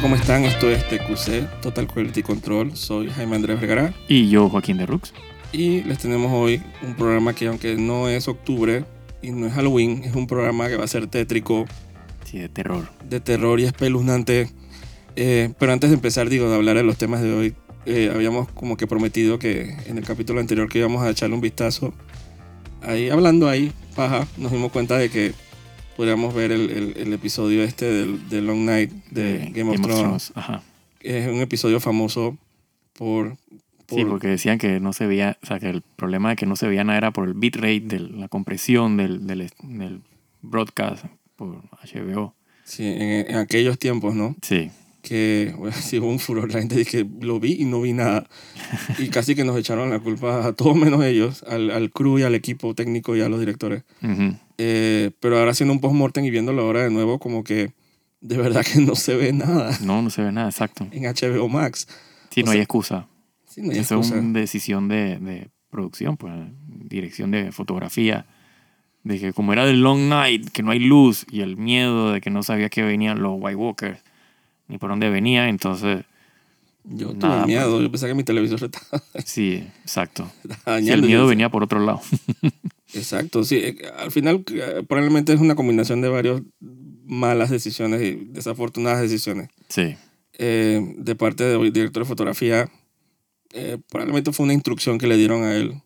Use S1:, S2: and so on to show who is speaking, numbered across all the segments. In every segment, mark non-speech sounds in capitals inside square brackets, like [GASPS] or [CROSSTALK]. S1: ¿cómo están? Esto es TQC, Total Quality Control. Soy Jaime Andrés Vergara
S2: Y yo, Joaquín de Rux.
S1: y les tenemos hoy un programa que aunque no es octubre y no es Halloween, es un programa que va a ser tétrico,
S2: Sí, de terror.
S1: de terror y espeluznante. Eh, pero antes de empezar, digo, de hablar de los temas de hoy, eh, habíamos como que prometido que en el capítulo anterior que íbamos a echarle un vistazo. Ahí, hablando ahí, paja, nos dimos cuenta de que podríamos ver el, el- el episodio este del, de Long Night de
S2: Eh,
S1: Game, of Thrones.
S2: Ajá.
S1: Es un episodio famoso por... por
S2: Sí, porque decían que no se veía, o sea, que el problema de que no se veía nada era por el bitrate, de la compresión del, del, del broadcast por HBO.
S1: sí, en, en aquellos tiempos, ¿no?
S2: Sí,
S1: Que bueno, [LAUGHS] sí hubo un furor, la gente dice que lo vi y no vi nada.
S2: [LAUGHS]
S1: Y casi que nos echaron la culpa a todos menos ellos, al, al crew y al equipo técnico y a los directores.
S2: Ujú.
S1: Eh, pero ahora haciendo un post-mortem y viéndolo ahora de nuevo, como que de verdad que no se ve nada
S2: no, no se ve nada, exacto.
S1: en HBO Max.
S2: Sí,
S1: O
S2: no hay
S1: sea,
S2: excusa.
S1: Sí, no hay
S2: Eso es
S1: excusa.
S2: una decisión de, de producción, pues, dirección de fotografía. De que como era del Long Night, que no hay luz, y el miedo de que no sabía que venían los White Walkers, ni por dónde venían, entonces,
S1: Yo tuve
S2: nada, pues.
S1: miedo, yo pensaba que mi televisor estaba [LAUGHS]
S2: sí, exacto. Si
S1: dañando.
S2: el miedo
S1: Yo-
S2: venía por otro lado. [LAUGHS]
S1: Exacto, sí. eh, Al final eh, probablemente es una combinación de varias malas decisiones y desafortunadas decisiones.
S2: Sí,
S1: eh, de parte del director de fotografía, eh, probablemente fue una instrucción que le dieron a él.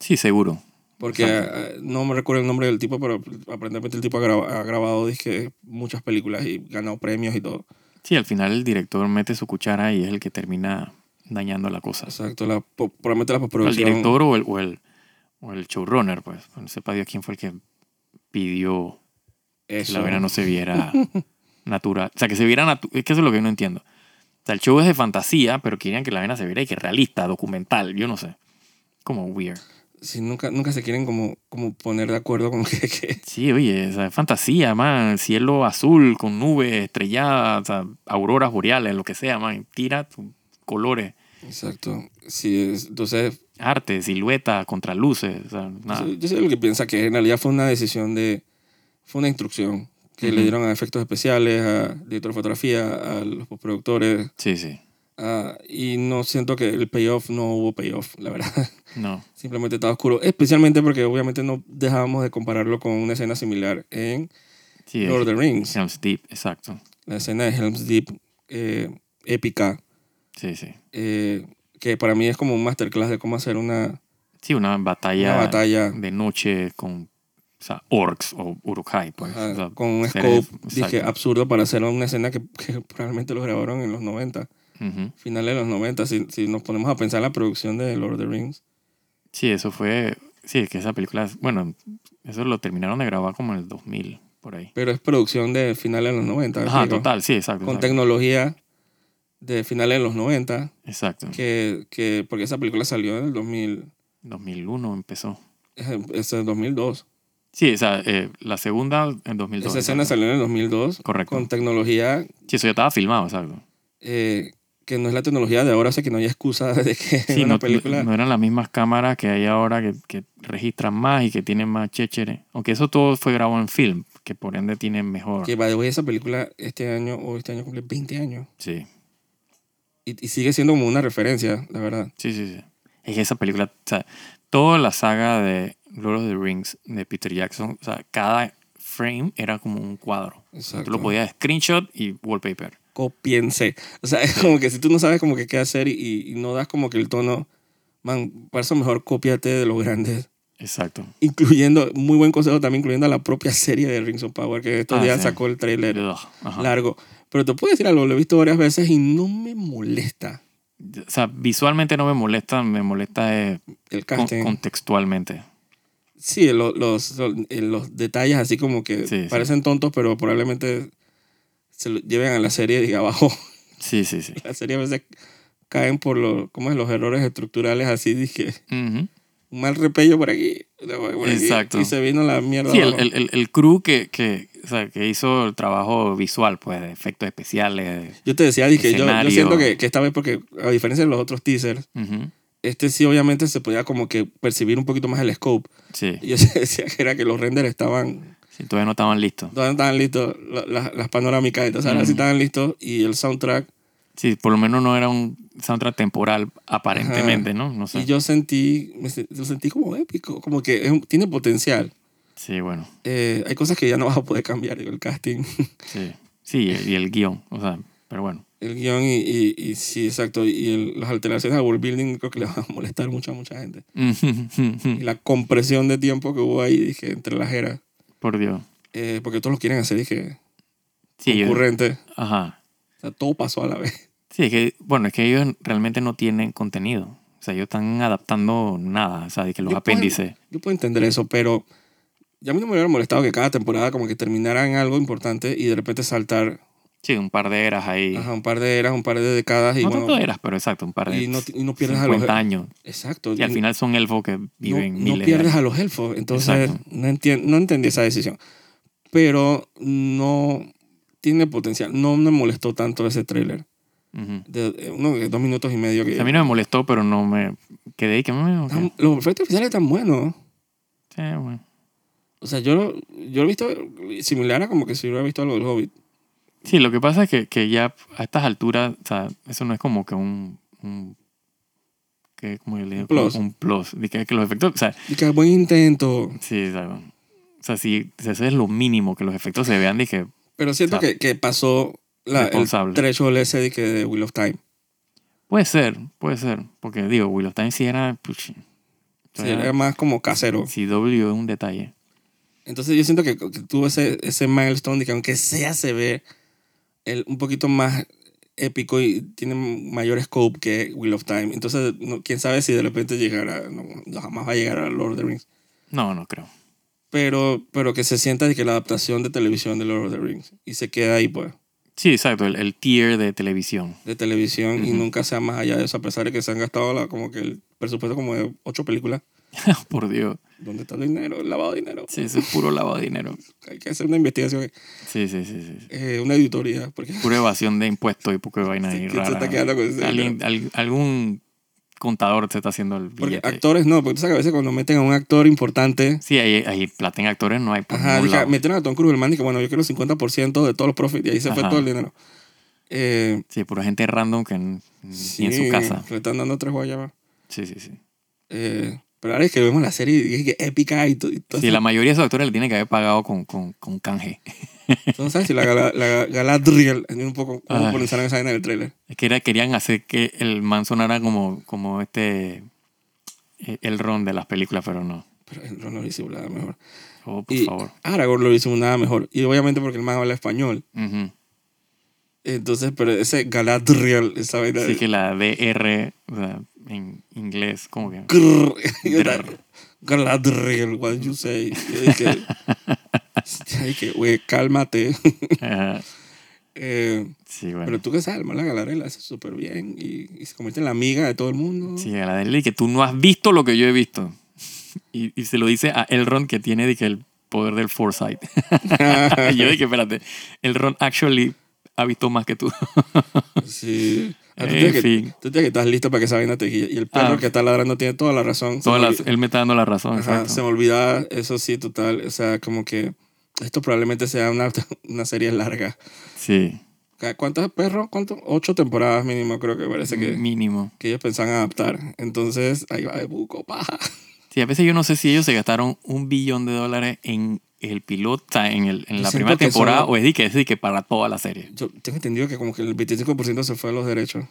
S2: sí, seguro.
S1: Porque eh, no me recuerdo el nombre del tipo, pero aparentemente el tipo ha, graba- ha grabado dizque, muchas películas y ganado premios y todo.
S2: Sí, al final el director mete su cuchara y es el que termina dañando la cosa.
S1: Exacto, la, po- probablemente la
S2: O el
S1: postproducción.
S2: director o el, o el, o el showrunner, pues. No sepa Dios quién fue el que pidió que
S1: eso.
S2: la vena no se viera natural. O sea, que se viera natu- Es que eso es lo que yo no entiendo. O sea, el show es de fantasía, pero querían que la vena se viera y que realista, documental, yo no sé. Como weird.
S1: Sí, nunca, nunca se quieren como, como poner de acuerdo con [LAUGHS] que, que-
S2: Sí, oye, o sea, es fantasía, man. El cielo azul con nubes estrelladas, o sea, auroras boreales, lo que sea, man. Tira tus colores,
S1: Exacto. Sí, es- entonces,
S2: arte, silueta, contraluces, o sea, nada.
S1: yo- yo soy el que piensa que en realidad fue una decisión de... Fue una instrucción que le
S2: Ujú.
S1: dieron a efectos especiales, a director de fotografía, a los productores,
S2: Sí, sí.
S1: Ah, y no siento que el payoff no hubo payoff, la verdad. [LAUGHS]
S2: No.
S1: Simplemente estaba oscuro. Especialmente porque obviamente no dejábamos de compararlo con una escena similar en
S2: Sí, es-
S1: Lord of the Rings.
S2: Sounds deep, exacto.
S1: La escena de Helm's Deep, eh, épica,
S2: Sí, sí.
S1: eh, que para mí es como un masterclass de cómo hacer una,
S2: Sí, una batalla,
S1: una batalla
S2: de noche con o sea, orcs o urukai, pues.
S1: ajá,
S2: o sea,
S1: con un
S2: seres-
S1: scope, dije,
S2: exacto.
S1: absurdo para hacer una escena que, que probablemente lo grabaron en los 90,
S2: Ujú.
S1: finales de los 90. Si, si nos ponemos a pensar la producción de Lord of the Rings,
S2: Sí, eso fue. Sí, es que esa película. es- Bueno, eso lo terminaron de grabar como en el 2000, por ahí.
S1: pero es producción de finales de los 90.
S2: Ajá,
S1: digo.
S2: total, sí, exacto.
S1: con
S2: Exacto.
S1: tecnología de finales de los 90,
S2: exacto.
S1: que, que, porque esa película salió en el 2000,
S2: 2001 empezó.
S1: eh, es el 2002.
S2: Sí, o sea, eh, la segunda en 2002.
S1: Esa escena
S2: exacto.
S1: salió en el 2002
S2: Correcto.
S1: con tecnología
S2: Sí, eso ya estaba filmado,
S1: [LAUGHS]
S2: exacto.
S1: eh, que no es la tecnología de ahora, o sea que no hay excusa [LAUGHS] de que
S2: Sí,
S1: una
S2: no,
S1: película...
S2: no eran las mismas cámaras que hay ahora que, que registran más y que tienen más chéchere. Aunque eso todo fue grabado en film, que por ende tienen mejor.
S1: Que va de hoy esa película este año o este año cumple 20 años.
S2: Sí,
S1: Y, y sigue siendo como una referencia, la verdad.
S2: sí, sí, sí. Es que esa película, o sea, toda la saga de Lord of the Rings de Peter Jackson, o sea, cada frame era como un cuadro. Tú lo
S1: Exacto.
S2: podías screenshot y wallpaper.
S1: Copiense. O sea, es como que si tú no sabes como que qué hacer y, y no das como que el tono, man, para eso mejor cópiate de los grandes.
S2: Exacto.
S1: incluyendo, muy buen consejo también, incluyendo a la propia serie de Rings of Power, que estos
S2: Ah,
S1: días
S2: sí.
S1: sacó el trailer
S2: Ajá.
S1: largo. Pero te puedo decir algo, lo he visto varias veces y no me molesta
S2: O sea, visualmente no me molesta, me molesta eh,
S1: el
S2: con-
S1: casting.
S2: contextualmente.
S1: Sí, lo- los, los, eh, los detalles así como que
S2: Sí, sí.
S1: parecen tontos, pero probablemente se lo lleven a la serie y abajo.
S2: Sí,
S1: [LAUGHS]
S2: sí, sí.
S1: La serie a veces caen por los, ¿cómo es? los errores estructurales así, dije,
S2: Ujú.
S1: un mal repello por aquí, por aquí,
S2: Exacto.
S1: y se vino la mierda.
S2: Sí, el,
S1: abajo.
S2: el- el- el crew que, que, o sea, que hizo el trabajo visual, pues, de efectos especiales.
S1: Yo te decía, dije, yo, yo
S2: Escenario.
S1: siento que, que esta vez, porque a diferencia de los otros teasers,
S2: Ujú.
S1: este sí obviamente se podía como que percibir un poquito más el scope. [LAUGHS]
S2: Sí,
S1: Y yo decía que era que los renders estaban
S2: Sí, todavía no estaban listos.
S1: Todavía no estaban listos la- las- las panorámicas, entonces ahora sí estaban listos y el soundtrack.
S2: Sí, por lo menos no era un soundtrack temporal, aparentemente, ¿no? No sé.
S1: Y yo sentí, me sen- lo sentí como épico, como que es un- tiene potencial.
S2: Sí, bueno.
S1: Eh, hay cosas que ya no vas a poder cambiar, digo, el casting, [LAUGHS]
S2: Sí, sí y, el, y el guión. O sea, pero bueno. [LAUGHS]
S1: el guión y, y- y sí, exacto. Y el- las alteraciones al world building creo que le van a molestar mucho a mucha gente.
S2: Mm.
S1: Y la compresión de tiempo que hubo ahí, dije, entre las eras.
S2: por Dios.
S1: Eh, porque todos lo quieren hacer, dije,
S2: Sí, yo-
S1: concurrente.
S2: Ajá.
S1: O sea, todo pasó a la vez. [LAUGHS]
S2: Sí, es que, bueno, es que ellos realmente no tienen contenido. O sea, ellos están adaptando nada. O sea, de que los
S1: Yo puedo-
S2: apéndices.
S1: Yo puedo entender eso, pero ya a mí no me hubiera molestado que cada temporada como que terminaran algo importante y de repente saltar
S2: Sí, un par de eras ahí.
S1: ajá, un par de eras, un par de décadas y
S2: no
S1: bueno,
S2: tanto eras, pero exacto, un par de
S1: y no, y no pierdas a los
S2: 50 años.
S1: Exacto.
S2: Y al
S1: y
S2: final son elfos que
S1: no,
S2: viven
S1: no
S2: miles de
S1: pierdes
S2: años.
S1: a los elfos. Entonces,
S2: Exacto.
S1: no, entien- no entendí esa decisión. Pero no tiene potencial. No me molestó tanto ese tráiler.
S2: Ujú.
S1: De, de uno- de dos minutos y medio.
S2: O
S1: Que,
S2: sea, a mí no me molestó, pero no me quedé ahí que "Mm, ok".
S1: Tan- los efectos especiales están buenos.
S2: Sí, bueno.
S1: O sea, yo, lo- yo lo he visto similar a como que si hubiera visto algo del Hobbit.
S2: Sí, lo que pasa es que, que ya a estas alturas, o sea, eso no es como que un... un que, como yo le digo,
S1: plus.
S2: un plus. De que, que los efectos, o sea,
S1: Y que buen intento.
S2: sí, o sea, o sea, sí, o sea, eso es lo mínimo, que los efectos se vean, dije,
S1: Pero siento
S2: Ah.
S1: que, que pasó la, el
S2: Responsable.
S1: threshold ese de, que de Wheel of Time.
S2: puede ser, puede ser, porque digo, Will of Time sí era, puchi,
S1: O sea, era más como casero.
S2: sí, W es un detalle.
S1: Entonces yo siento que, que tuvo ese, ese milestone de que aunque sea se ve el, un poquito más épico y tiene mayor scope que Wheel of Time. Entonces, no, quién sabe si de repente llegará, no, no, jamás va a llegar a Lord of the Rings.
S2: No, no creo.
S1: Pero, pero que se sienta de que la adaptación de televisión de Lord of the Rings y se queda ahí, pues,
S2: Sí, exacto, el, el tier de televisión. [LAUGHS]
S1: de televisión y
S2: Ujú.
S1: nunca sea más allá de eso, a pesar de que se han gastado la- como que el presupuesto como de ocho películas.
S2: Por Dios.
S1: ¿Dónde está el dinero? El lavado de dinero.
S2: Sí, eso es puro lavado de dinero.
S1: Hay que hacer una investigación,
S2: Sí, sí, sí, sí. sí.
S1: eh, una auditoría, porque
S2: Pura evasión de impuestos y poco de vaina ahí
S1: ¿quién [LAUGHS] se
S2: rara.
S1: está quedando con ese dinero?
S2: Alguien- al- algún contador se está haciendo el
S1: Porque
S2: billete.
S1: actores no, porque tú sabes que a veces cuando meten a un actor importante,
S2: Sí, ahí, ahí plata en actores Pues no hay. Por
S1: ajá,
S2: ningún
S1: dije,
S2: lado.
S1: metieron a Tom Cruise, el man dijo, bueno, yo quiero el 50% de todos los profits y ahí se fue
S2: Ajá.
S1: todo el dinero. Eh,
S2: Sí, pura gente random que n- ni en
S1: sí,
S2: su casa.
S1: Le están dando tres guayabas.
S2: Sí, sí, sí.
S1: Eh, pero ahora es que vemos la serie y es que épica y todo. y todo
S2: Sí,
S1: eso.
S2: la mayoría de esos actores le tienen que haber pagado con, con, con canje.
S1: Tú no sabes si la, gala- la Galadriel, es un poco como
S2: Ay.
S1: pronunciaron esa vaina del trailer.
S2: Es que era, querían hacer que el man sonara como, como este. eh, El ron de las películas, pero no.
S1: Pero él no lo hizo nada mejor.
S2: Oh, por
S1: Y
S2: favor.
S1: Aragorn lo hizo nada mejor. Y obviamente porque el man habla español.
S2: Ujú.
S1: Entonces, pero ese Galadriel, esa vaina.
S2: Así que la DR o sea, en inglés,
S1: [LAUGHS]
S2: como que.
S1: Grrr. Yo
S2: Grrr.
S1: era, Galadriel, what you say. Yo dije,
S2: [LAUGHS]
S1: yo dije, güey, cálmate. [LAUGHS]
S2: Ajá.
S1: Eh,
S2: sí, bueno.
S1: Pero tú que sabes, la Galadriel hace súper bien y, y se convierte en la amiga de todo el mundo. [LAUGHS]
S2: Sí, [LAUGHS] a la de que tú no has visto lo que yo he visto. [LAUGHS] Y, y se lo dice a Elrond que tiene de que el poder del foresight. [LAUGHS] y yo dije, espérate, Elrond actually ha visto más que tú. [LAUGHS]
S1: Sí. Ah, tú,
S2: En
S1: tienes que,
S2: fin.
S1: tú tienes que estás listo para que esa vaina te guíe. Y el perro
S2: Ah.
S1: que está ladrando tiene toda la razón. Se
S2: Todas
S1: me
S2: las-
S1: olvi-
S2: él me está dando la razón.
S1: Ajá,
S2: exacto.
S1: se me olvidaba, eso sí, total. O sea, como que esto probablemente sea una, [LAUGHS] una serie larga.
S2: Sí,
S1: Ca- ¿Cuántos perros? ¿Cuánto? Ocho temporadas mínimo, creo que parece
S2: Mm.
S1: que.
S2: mínimo.
S1: que ellos pensaban adaptar. Entonces, ahí va de buco, paja.
S2: Sí, a veces yo no sé si ellos se gastaron un billón de dólares en el pilota, en, el, en
S1: Yo
S2: la
S1: siento
S2: primera
S1: que
S2: temporada,
S1: solo-
S2: o es de que es de que para toda la serie.
S1: Yo tengo entendido que como que el 25% se fue a los derechos.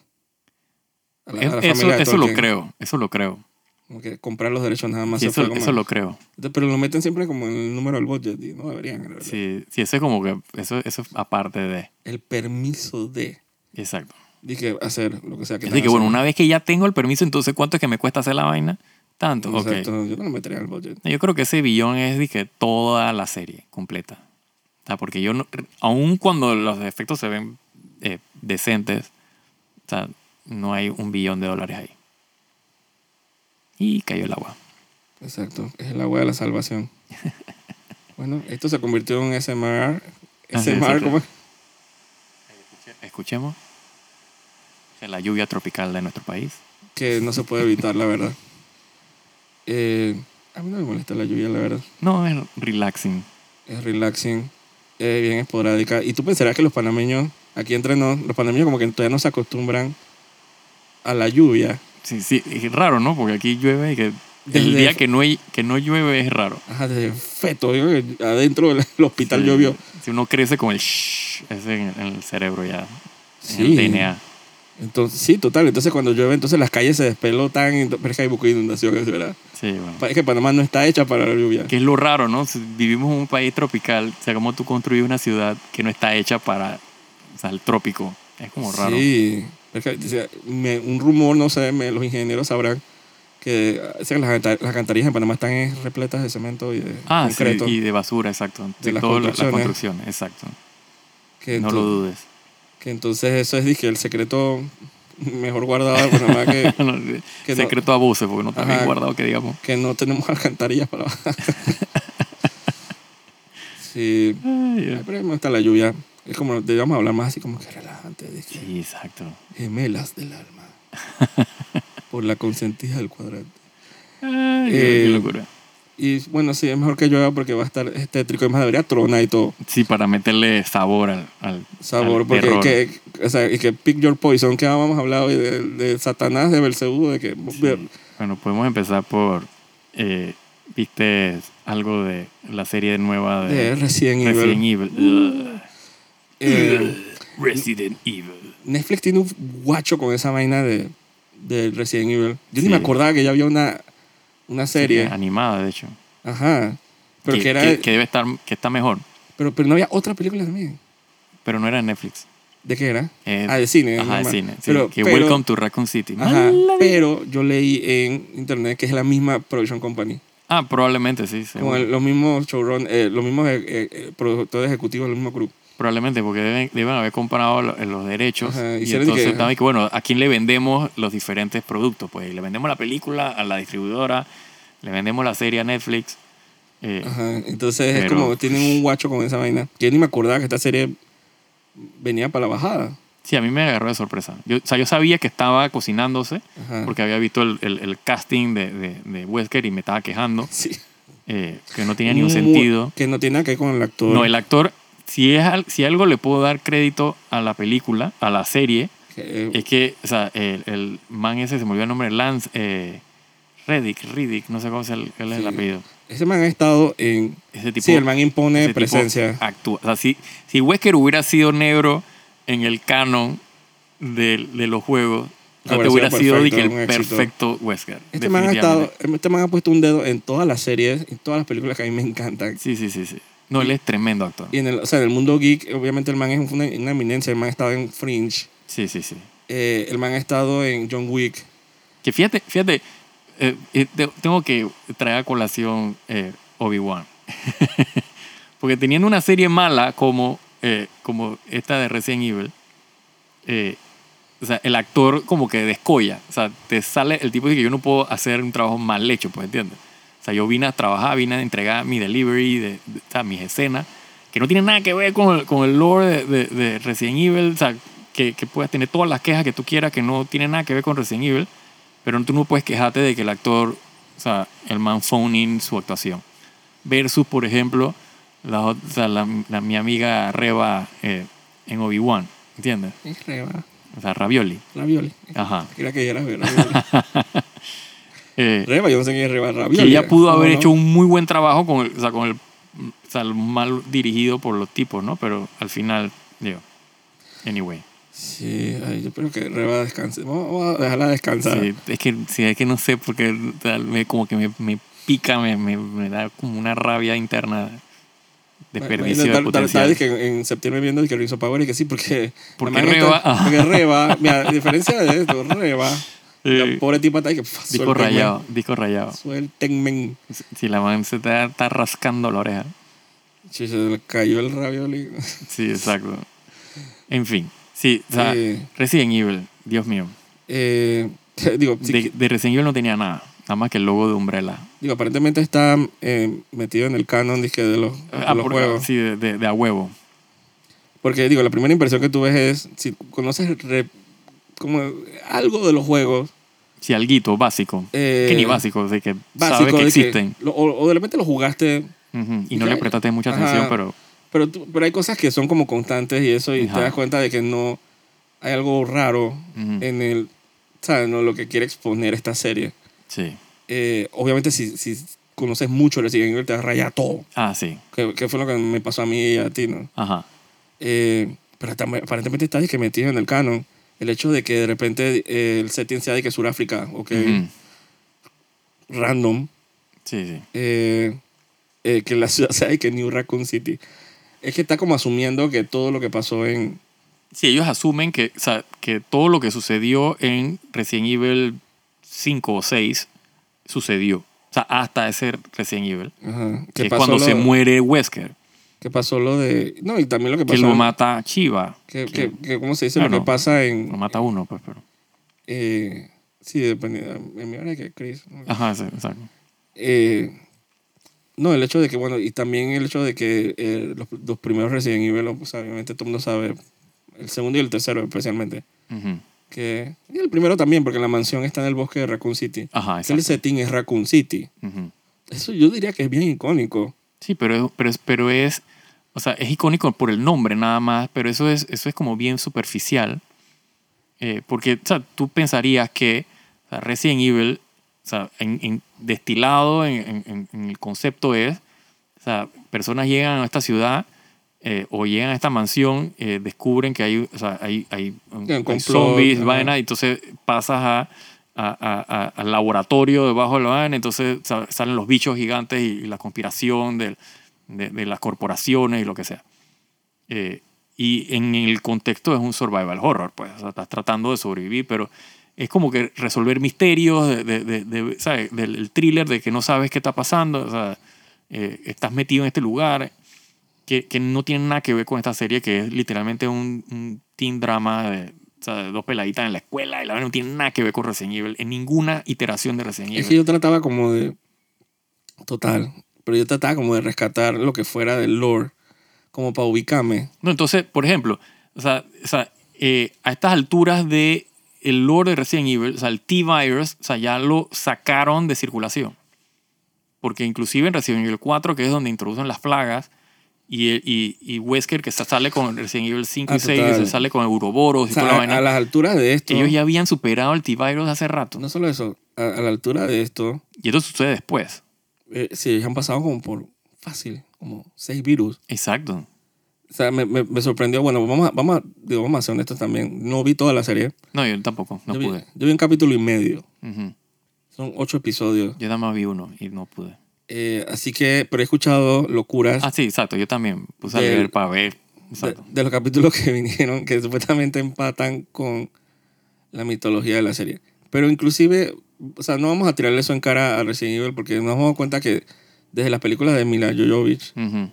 S1: A la, a
S2: Es-
S1: la
S2: eso
S1: familia de
S2: eso lo
S1: Tolkien.
S2: creo, eso lo creo.
S1: Como que comprar los derechos nada [LAUGHS] más
S2: Sí,
S1: se fue
S2: eso,
S1: como-
S2: eso lo creo.
S1: Entonces, Pero lo meten siempre como en el número del budget y no deberían. en realidad.
S2: Sí, sí, eso es como que, eso, eso es aparte de,
S1: El permiso de...
S2: exacto.
S1: Dije, hacer lo que sea que
S2: Así que
S1: tengan
S2: bueno,
S1: hacer.
S2: una vez que ya tengo el permiso, entonces ¿cuánto es que me cuesta hacer la vaina? Tanto. ok.
S1: Exacto, yo no lo metería en el budget.
S2: Yo creo que ese billón es dije, toda la serie completa. O sea, porque yo, no, aun cuando los efectos se ven eh, decentes, o sea, no hay un billón de dólares ahí. Y cayó el agua.
S1: Exacto, es la agua de la
S2: [LAUGHS]
S1: salvación. bueno, esto se convirtió en SMR.
S2: Así es,
S1: SMR, ¿cómo es?
S2: Escuchemos. O sea, la lluvia tropical de nuestro país.
S1: que no se puede evitar, la verdad. Eh, a mí no me molesta la lluvia, la verdad.
S2: No, es relaxing.
S1: es relaxing, es bien esporádica. Y tú pensarás que los panameños, aquí entre nos, los panameños como que todavía no se acostumbran a la lluvia.
S2: Sí, sí, es raro, ¿no? Porque aquí llueve y que el
S1: Desde-
S2: día que no, hay- que no llueve es raro.
S1: Ajá, desde feto, yo creo que adentro del [LAUGHS] hospital
S2: Sí,
S1: llovió.
S2: Si uno crece con el shh, ese en, en el cerebro ya, en
S1: Sí.
S2: el DNA.
S1: Entonces, sí, total. Entonces cuando llueve, entonces las calles se despelotan, ento- pero es que hay buco de inundaciones, ¿verdad?
S2: Sí, bueno.
S1: Pa- Es que Panamá no está hecha para la lluvia.
S2: Que es lo raro, ¿no? Si Vivimos en un país tropical, o sea, como tú construyes una ciudad que no está hecha para, o sea, el trópico. Es como raro.
S1: Sí. Es que, o sea, me- un rumor, no sé, me- los ingenieros sabrán que o sea, las, alta- las alcantarillas en Panamá están eh, repletas de cemento y de
S2: Ah, sí,
S1: concreto.
S2: y de basura, exacto.
S1: De
S2: De,
S1: las
S2: todas las- las
S1: construcciones.
S2: construcciones, exacto.
S1: que,
S2: No
S1: enton-
S2: lo dudes.
S1: que entonces eso es, dije, el secreto mejor guardado de Panamá que, [LAUGHS]
S2: [LAUGHS] No,
S1: que no-
S2: Secreto a voces, porque no está bien
S1: Ajá.
S2: guardado que digamos.
S1: que no tenemos alcantarillas para bajar.
S2: [LAUGHS]
S1: sí.
S2: Ay,
S1: Ay,
S2: ya.
S1: Pero me gusta la lluvia. Es como, debíamos hablar más así como que relajante. dije.
S2: Sí, exacto.
S1: Gemelas del
S2: [LAUGHS]
S1: alma. Por la consentida del cuadrante.
S2: Ay,
S1: Eh,
S2: qué locura.
S1: Y bueno, sí, es mejor que llueva porque va a estar es tétrico. Es más, debería tronar y todo.
S2: Sí, para meterle sabor al, al-
S1: Sabor,
S2: al
S1: porque
S2: terror.
S1: que, o sea, y que Pick Your Poison, que habíamos hablado hoy de, de Satanás, de Belcebú, de que.
S2: Sí. Bueno, podemos empezar por. eh, ¿Viste algo de la serie nueva de,
S1: de Resident Evil. Mm.
S2: Resident Evil? Ugh.
S1: Eh,
S2: Resident Evil.
S1: Netflix tiene un guacho con esa vaina de, de Resident Evil. Yo ni
S2: Sí.
S1: me acordaba que ya había una, una serie.
S2: Animada, de hecho.
S1: Ajá. Pero
S2: que,
S1: que, era.
S2: que- que debe estar. que está mejor.
S1: Pero, pero no había otra película también.
S2: Pero no era en Netflix.
S1: ¿De qué era?
S2: Eh,
S1: ah, de cine.
S2: Ajá, de
S1: normal.
S2: cine. sí,
S1: Pero,
S2: que
S1: pero-
S2: Welcome to Raccoon City.
S1: Ajá,
S2: Mala-
S1: pero yo leí en internet que es la misma Provision Company.
S2: Ah, probablemente sí. seguro.
S1: Con el- los mismos showrun, eh, los mismos eh, eh, eh, productores ejecutivos, el mismo crew.
S2: Probablemente porque deben, deben haber comprado lo- eh, los derechos.
S1: Ajá,
S2: y
S1: hicieron
S2: entonces
S1: que-
S2: estaban que, bueno, ¿a quién le vendemos los diferentes productos? Pues le vendemos la película a la distribuidora, le vendemos la serie a Netflix. eh,
S1: Ajá, entonces es
S2: Pero-
S1: como, tienen un guacho con esa vaina. Yo ni me acordaba que esta serie venía para la bajada.
S2: sí, a mí me agarró de sorpresa. Yo, o sea, yo sabía que estaba cocinándose
S1: Ajá.
S2: porque había visto el, el- el casting de, de, de Wesker y me estaba quejando
S1: sí.
S2: eh, que no tenía ni un
S1: Muy-
S2: sentido.
S1: Que no tiene nada que ver con el actor.
S2: No, el actor, si, es, al- si algo le puedo dar crédito a la película, a la serie,
S1: Que, eh,
S2: Es que, o sea, el, el man ese se me olvidó el nombre, Lance eh, Reddick, Riddick, no sé cómo es el, cuál es el
S1: Sí.
S2: apellido.
S1: ese man ha estado en...
S2: Ese tipo,
S1: sí, el man impone
S2: ese tipo
S1: presencia.
S2: actúa. O sea, si, si Wesker hubiera sido negro en el canon de, de los juegos, o sea,
S1: Habría
S2: te hubiera
S1: sido
S2: sido de
S1: perfecto,
S2: que
S1: un
S2: el
S1: éxito.
S2: perfecto Wesker.
S1: Este man, ha estado,
S2: definitivamente.
S1: este man ha puesto un dedo en todas las series, en todas las películas que a mí me encantan.
S2: Sí, sí, sí, sí. No, él es tremendo actor.
S1: Y en el, o sea, en el mundo geek, obviamente el man es una, una eminencia. El man ha estado en Fringe.
S2: Sí, sí, sí.
S1: eh, el man ha estado en John Wick.
S2: Que fíjate, fíjate, eh, eh, te- tengo que traer a colación eh, Obi-Wan. [LAUGHS] Porque teniendo una serie mala como, eh, como esta de Resident Evil, eh, o sea, el actor como que descolla. O sea, te sale el tipo de que yo no puedo hacer un trabajo mal hecho, pues entiendes. O sea, yo vine a trabajar, vine a entregar mi delivery, de, de- o sea, mis escenas, que no tienen nada que ver con el, con el lore de, de- de Resident Evil. O sea, que, que puedas tener todas las quejas que tú quieras, que no tienen nada que ver con Resident Evil. Pero tú no puedes quejarte de que el actor, o sea, el man phone in su actuación. Versus, por ejemplo, la, ot- o sea, la- la- mi amiga Reba eh, en Obi-Wan, ¿entiendes?
S1: Es reba,
S2: O sea, Ravioli.
S1: Ravioli.
S2: Ajá.
S1: Creía que era Ravioli.
S2: Eh,
S1: Reba, yo no sé quién es Reba Ravioli.
S2: que ella pudo haber
S1: No, no.
S2: hecho un muy buen trabajo con el, o sea, con el, o sea, el mal dirigido por los tipos, ¿no? Pero al final, digo, anyway.
S1: Sí, ay, yo espero que Reba descanse. Vamos, vamos a dejarla descansar.
S2: Sí, es, que, sí, es que no sé, porque o sea, me- como que me, me pica, me, me- me da como una rabia interna. Desperdicio de
S1: Tal- tal- tal-
S2: potencial.
S1: tal, que en, en septiembre viendo que lo hizo Power y que sí, porque...
S2: Porque
S1: la man
S2: Reba-
S1: está-
S2: [LAUGHS]
S1: porque Reba, mira, a diferencia de esto, Reba, la
S2: Eh,
S1: pobre tipa está ahí que... pff,
S2: disco
S1: suéltenme,
S2: rayado, disco rayado.
S1: Suéltenme.
S2: Si la man se está, está rascando la oreja.
S1: Sí, se le cayó el ravioli.
S2: Sí, exacto. En fin, sí, o sea,
S1: Sí.
S2: Resident Evil, Dios mío.
S1: Eh, [LAUGHS] digo, sí,
S2: De, de Resident Evil no tenía nada, nada más que el logo de Umbrella.
S1: digo, aparentemente está eh, metido en el canon dizque, de los, de
S2: Ah,
S1: los
S2: por-
S1: juegos.
S2: Sí, de, de- de a huevo.
S1: Porque digo, la primera impresión que tú ves es, si conoces re- como algo de los juegos...
S2: Sí, alguito básico.
S1: eh,
S2: que ni básico, o sea, que
S1: básico
S2: sabes
S1: de
S2: que
S1: que
S2: existen.
S1: lo- o, o de repente lo jugaste
S2: Ujú. Y no le
S1: Ya-
S2: prestaste mucha
S1: Ajá.
S2: atención, pero
S1: Pero, tú- pero hay cosas que son como constantes y eso, y
S2: Ajá.
S1: te das cuenta de que no hay algo raro
S2: ujú,
S1: en el, ¿sabes? No, lo que quiere exponer esta serie.
S2: sí.
S1: Eh, obviamente, si, si conoces mucho el Resident Evil, te raya todo,
S2: Ah, sí.
S1: que, que fue lo que me pasó a mí y a ti, ¿no?
S2: Ajá.
S1: Eh, pero tam- aparentemente está que metido en el canon. El hecho de que de repente eh, el setting sea de que Suráfrica o que
S2: Ujú.
S1: random,
S2: Sí, sí.
S1: eh, eh, que la ciudad [LAUGHS] sea de que New Raccoon City. Es que está como asumiendo que todo lo que pasó en,
S2: Sí, ellos asumen que, o sea, que todo lo que sucedió en Resident Evil 5 o 6 sucedió. O sea, hasta ese Resident Evil.
S1: Ajá.
S2: Que
S1: Que
S2: es
S1: pasó
S2: cuando
S1: lo,
S2: se muere Wesker.
S1: Que pasó lo de. No, y también lo que
S2: Que
S1: pasó.
S2: lo mata Chiva.
S1: que, que- que, ¿Cómo se dice?
S2: No,
S1: lo que
S2: no.
S1: pasa
S2: Lo
S1: en.
S2: mata uno, pues, pero.
S1: eh, sí, dependiendo. En mi hora que Chris. ¿no?
S2: Ajá, sí, exacto.
S1: Eh, no, el hecho de que, bueno, y también el hecho de que eh, los, los primeros Resident Evil, pues, obviamente todo el mundo sabe, el segundo y el tercero especialmente,
S2: Ujú.
S1: que, y el primero también, porque la mansión está en el bosque de Raccoon City.
S2: Ajá,
S1: Que el
S2: Ah, exacto.
S1: setting es Raccoon City.
S2: Ujú.
S1: Eso yo diría que es bien icónico.
S2: Sí, pero, pero, es- pero es, o sea, es icónico por el nombre nada más, pero eso es, eso es como bien superficial. Eh, porque o sea, tú pensarías que o sea, Resident Evil, o sea, en- en- destilado en, en- en- en el concepto es, o sea, personas llegan a esta ciudad eh, o llegan a esta mansión, eh, descubren que hay, o sea, hay, hay,
S1: un
S2: hay
S1: complot,
S2: zombies,
S1: ajá.
S2: vaina, y entonces pasas a, a- a- a- al laboratorio debajo de la vaina, entonces sa- salen los bichos gigantes y, y la conspiración del- de, de las corporaciones y lo que sea. Eh, y en el contexto es un survival horror, pues, o sea, estás tratando de sobrevivir, pero es como que resolver misterios de, de- de- de- ¿sabes? del el thriller de que no sabes qué está pasando, o sea, eh, estás metido en este lugar que, que no tiene nada que ver con esta serie que es literalmente un, un teen drama de, o sea, de dos peladitas en la escuela y la verdad no tiene nada que ver con Resident Evil en ninguna iteración de Resident Evil.
S1: Es que yo trataba como de. Total. Pero yo trataba como de rescatar lo que fuera del lore, como para ubicarme.
S2: No, entonces, por ejemplo, o sea, o sea, eh, a estas alturas de el lore de Resident Evil, o sea, el T-Virus, o sea, ya lo sacaron de circulación. Porque inclusive en Resident Evil 4, que es donde introducen las plagas, y, y, y Wesker, que sa- sale con Resident Evil 5
S1: Ah,
S2: y 6,
S1: total.
S2: y se sale con Euroboros
S1: O
S2: y
S1: sea,
S2: toda la
S1: a- a,
S2: vaina,
S1: las alturas de esto.
S2: ellos ya habían superado el T-Virus hace rato.
S1: No solo eso, a, a la altura de esto,
S2: Y esto sucede después.
S1: eh, sí, han pasado como por fácil, como seis virus.
S2: Exacto.
S1: O sea, me, me- me sorprendió. Bueno, vamos a, vamos, a, digo, vamos a ser honestos también. No vi toda la serie.
S2: No, yo tampoco, no
S1: yo, vi,
S2: pude.
S1: yo vi un capítulo y medio.
S2: Ujú.
S1: Son ocho episodios.
S2: Yo nada más vi uno y no pude.
S1: Eh, así que, pero he escuchado locuras
S2: Ah, sí, exacto, yo también puse a
S1: Del-
S2: leer para ver.
S1: de,
S2: Exacto.
S1: de los capítulos que [LAUGHS] vinieron que supuestamente empatan con la mitología de la serie. Pero inclusive, o sea, no vamos a tirarle eso en cara a Resident Evil porque nos damos cuenta que desde las películas de Mila Jovovich
S2: Ujú.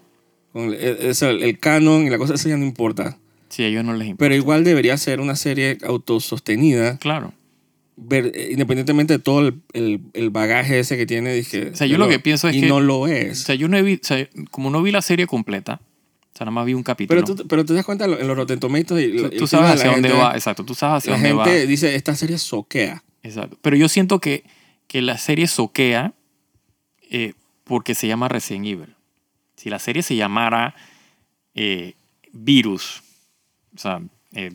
S1: Con el, eso, el- el canon y la cosa, eso ya no importa.
S2: Sí, a ellos no les importa.
S1: Pero igual debería ser una serie autosostenida,
S2: Claro.
S1: ver- eh, independientemente de todo el, el- el bagaje ese que tiene. Dije,
S2: O sea, yo lo que pienso es
S1: y
S2: que-
S1: no lo
S2: O
S1: es.
S2: sea, yo no he vi- o sea, como no vi la serie completa, o sea, nada más vi un capítulo.
S1: pero, tú, pero tú te das cuenta en lo- en los Rotten Tomatoes y
S2: tú,
S1: la-
S2: tú
S1: y el
S2: sabes
S1: feedback de
S2: hacia
S1: la
S2: dónde
S1: gente,
S2: va, exacto, tú sabes hacia
S1: La
S2: dónde
S1: gente
S2: va.
S1: dice, esta serie soquea.
S2: Exacto. Pero yo siento que, que la serie soquea eh, porque se llama Resident Evil. Si la serie se llamara eh, Virus, o sea, eh,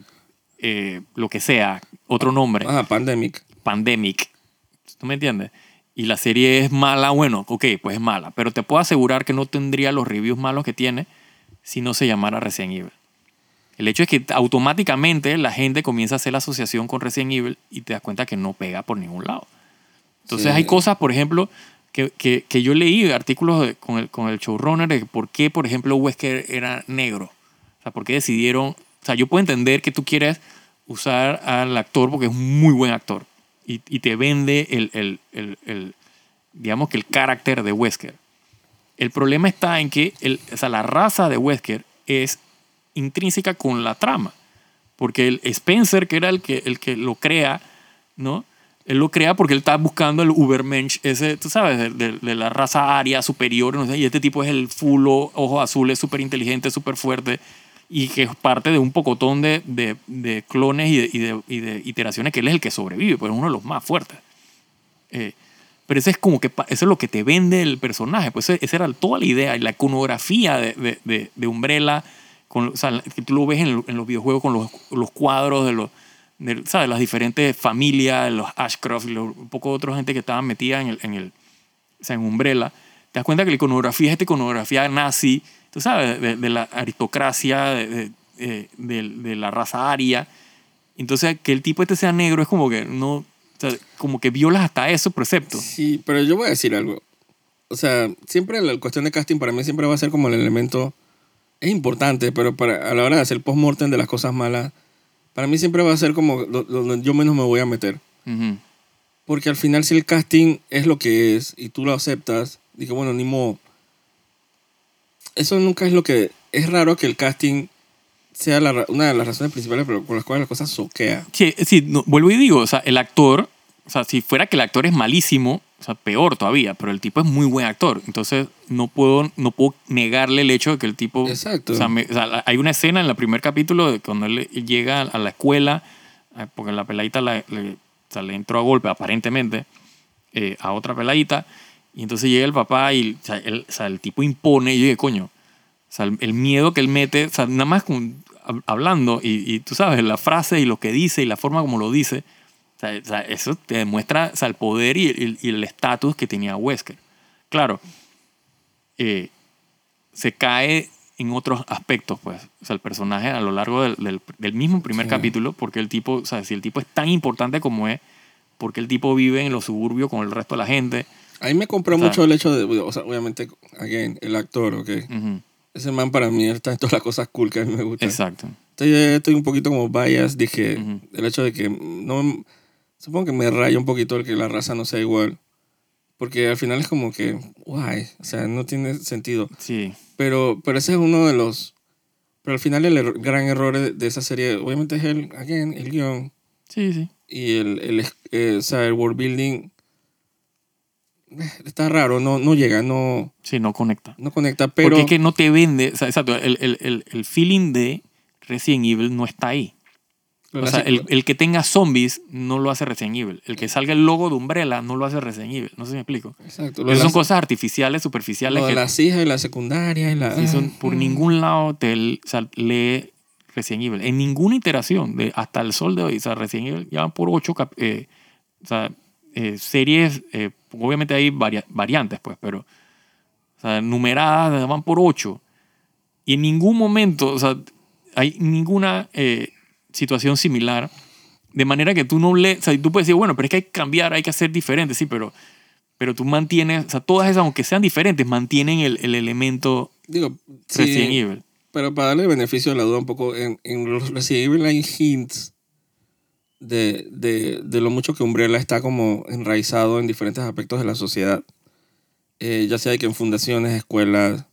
S2: eh, lo que sea, otro nombre,
S1: Ah, Pandemic.
S2: Pandemic, ¿tú me entiendes? Y la serie es mala, bueno, ok, pues es mala, pero te puedo asegurar que no tendría los reviews malos que tiene si no se llamara Resident Evil. El hecho es que automáticamente la gente comienza a hacer la asociación con Resident Evil y te das cuenta que no pega por ningún lado. Entonces
S1: Sí.
S2: hay cosas, por ejemplo, que, que- que yo leí artículos de- con, el, con el showrunner de por qué, por ejemplo, Wesker era negro. O sea, por qué decidieron... O sea, yo puedo entender que tú quieres usar al actor porque es un muy buen actor y, y te vende el, el- el- el- digamos que el carácter de Wesker. El problema está en que el, o sea, la raza de Wesker es intrínseca con la trama. Porque el Spencer, que era el que, el que lo crea, ¿no? Él lo crea porque él está buscando el Ubermensch, ese, tú sabes, de, de- de la raza aria superior, no sé, y este tipo es el fulo, ojos azules, súper inteligente, súper fuerte, y que es parte de un pocotón de, de- de pues clones y de, y de- y de iteraciones que él es el que sobrevive, pero es uno de los más fuertes. Eh, Pero eso es como que, pa- eso es lo que te vende el personaje. Pues ese- esa era toda la idea, y la iconografía de, de, de- de Umbrella. Con, o sea, la- que tú lo ves en, lo- en los videojuegos con los, los cuadros de los, de, ¿sabes? las diferentes familias, los Ashcroft, y los- un poco de otra gente que estaban metida en el, en el, o sea, en Umbrella, te das cuenta que la iconografía es esta iconografía nazi, tú sabes, de, de la aristocracia, de, de- eh, de- de la raza aria. Entonces, que el tipo este sea negro es como que no, o sea, como que violas hasta esos preceptos.
S1: Sí, pero yo voy a decir algo. O sea, siempre la cuestión de casting para mí siempre va a ser como el elemento... Es importante, pero para, a la hora de hacer post-mortem de las cosas malas, para mí siempre va a ser como lo- lo- donde yo menos me voy a meter.
S2: Ujú.
S1: Porque al final si el casting es lo que es y tú lo aceptas, digo, bueno, ni modo. Eso nunca es lo que... Es raro que el casting sea la ra- una de las razones principales por por las cuales las cosas soquea.
S2: Sí, sí, no, vuelvo y digo, o sea, el actor, o sea, si fuera que el actor es malísimo, o sea, peor todavía, pero el tipo es muy buen actor. Entonces, no puedo, no puedo negarle el hecho de que el tipo.
S1: Exacto.
S2: O sea, me- o sea, la- hay una escena en el primer capítulo de cuando él llega a la escuela, eh, porque la peladita la- le, o sea, le entró a golpe, aparentemente, eh, a otra peladita. Y entonces llega el papá y o sea, él- o sea, el tipo impone. Y yo dije, coño, o sea, el, el miedo que él mete, o sea, nada más con- hab- hablando y, y tú sabes, la frase y lo que dice y la forma como lo dice, o sea, o sea, eso te demuestra o sea, el poder y el- y el estatus que tenía Wesker. Claro, eh, se cae en otros aspectos, pues. O sea, el personaje a lo largo del, del- del mismo primer
S1: Sí.
S2: capítulo, porque el tipo, o sea, si el tipo es tan importante como es, porque el tipo vive en los suburbios con el resto de la gente.
S1: A mí me compró
S2: O sea-
S1: mucho el hecho de, o sea, obviamente, again, el actor, ok.
S2: Ujú,
S1: Ese man para mí está en todas las cosas cool que a mí me gustan.
S2: Exacto.
S1: Entonces yo estoy un poquito como bias, dije,
S2: Ujú.
S1: el hecho de que no me- supongo que me raya un poquito el que la raza no sea igual. Porque al final es como que, guay, o sea, no tiene sentido.
S2: Sí.
S1: Pero, pero ese es uno de los... Pero al final el er- gran error de, de esa serie, obviamente es el, again, el guión
S2: Sí, sí.
S1: y el, el, es- eh, o sea, el world building. eh, Está raro, no, no llega, no,
S2: Sí, no conecta.
S1: no conecta, pero...
S2: Porque es que no te vende, o sea, exacto, el, el- el- el feeling de Resident Evil no está ahí. O sea, el, el que tenga zombies no lo hace Resident Evil. El que salga el logo de Umbrella no lo hace Resident Evil. No sé si me explico.
S1: Exacto, lo de
S2: Esas son
S1: las-
S2: cosas artificiales, superficiales,
S1: lo de
S2: que
S1: las hijas y la secundaria y la...
S2: sí son- por
S1: Mm.
S2: ningún lado te l- o sea, lee Resident Evil. En ninguna iteración, de, hasta el sol de hoy, o sea, Resident Evil ya van por ocho cap- eh, o sea, eh, series, eh, obviamente hay varia- variantes, pues, pero o sea, numeradas van por ocho. Y en ningún momento, o sea, hay ninguna eh, situación similar. De manera que tú no lees, o sea, y tú puedes decir, bueno, pero es que hay que cambiar, hay que hacer diferente, sí, pero, pero tú mantienes, o sea, todas esas, aunque sean diferentes, mantienen el, el elemento
S1: Digo, sí,
S2: Resident Evil.
S1: pero para darle beneficio de la duda un poco, en, en los Resident Evil hay hints de, de, de lo mucho que Umbrella está como enraizado en diferentes aspectos de la sociedad. Eh, ya sea que en fundaciones, escuelas,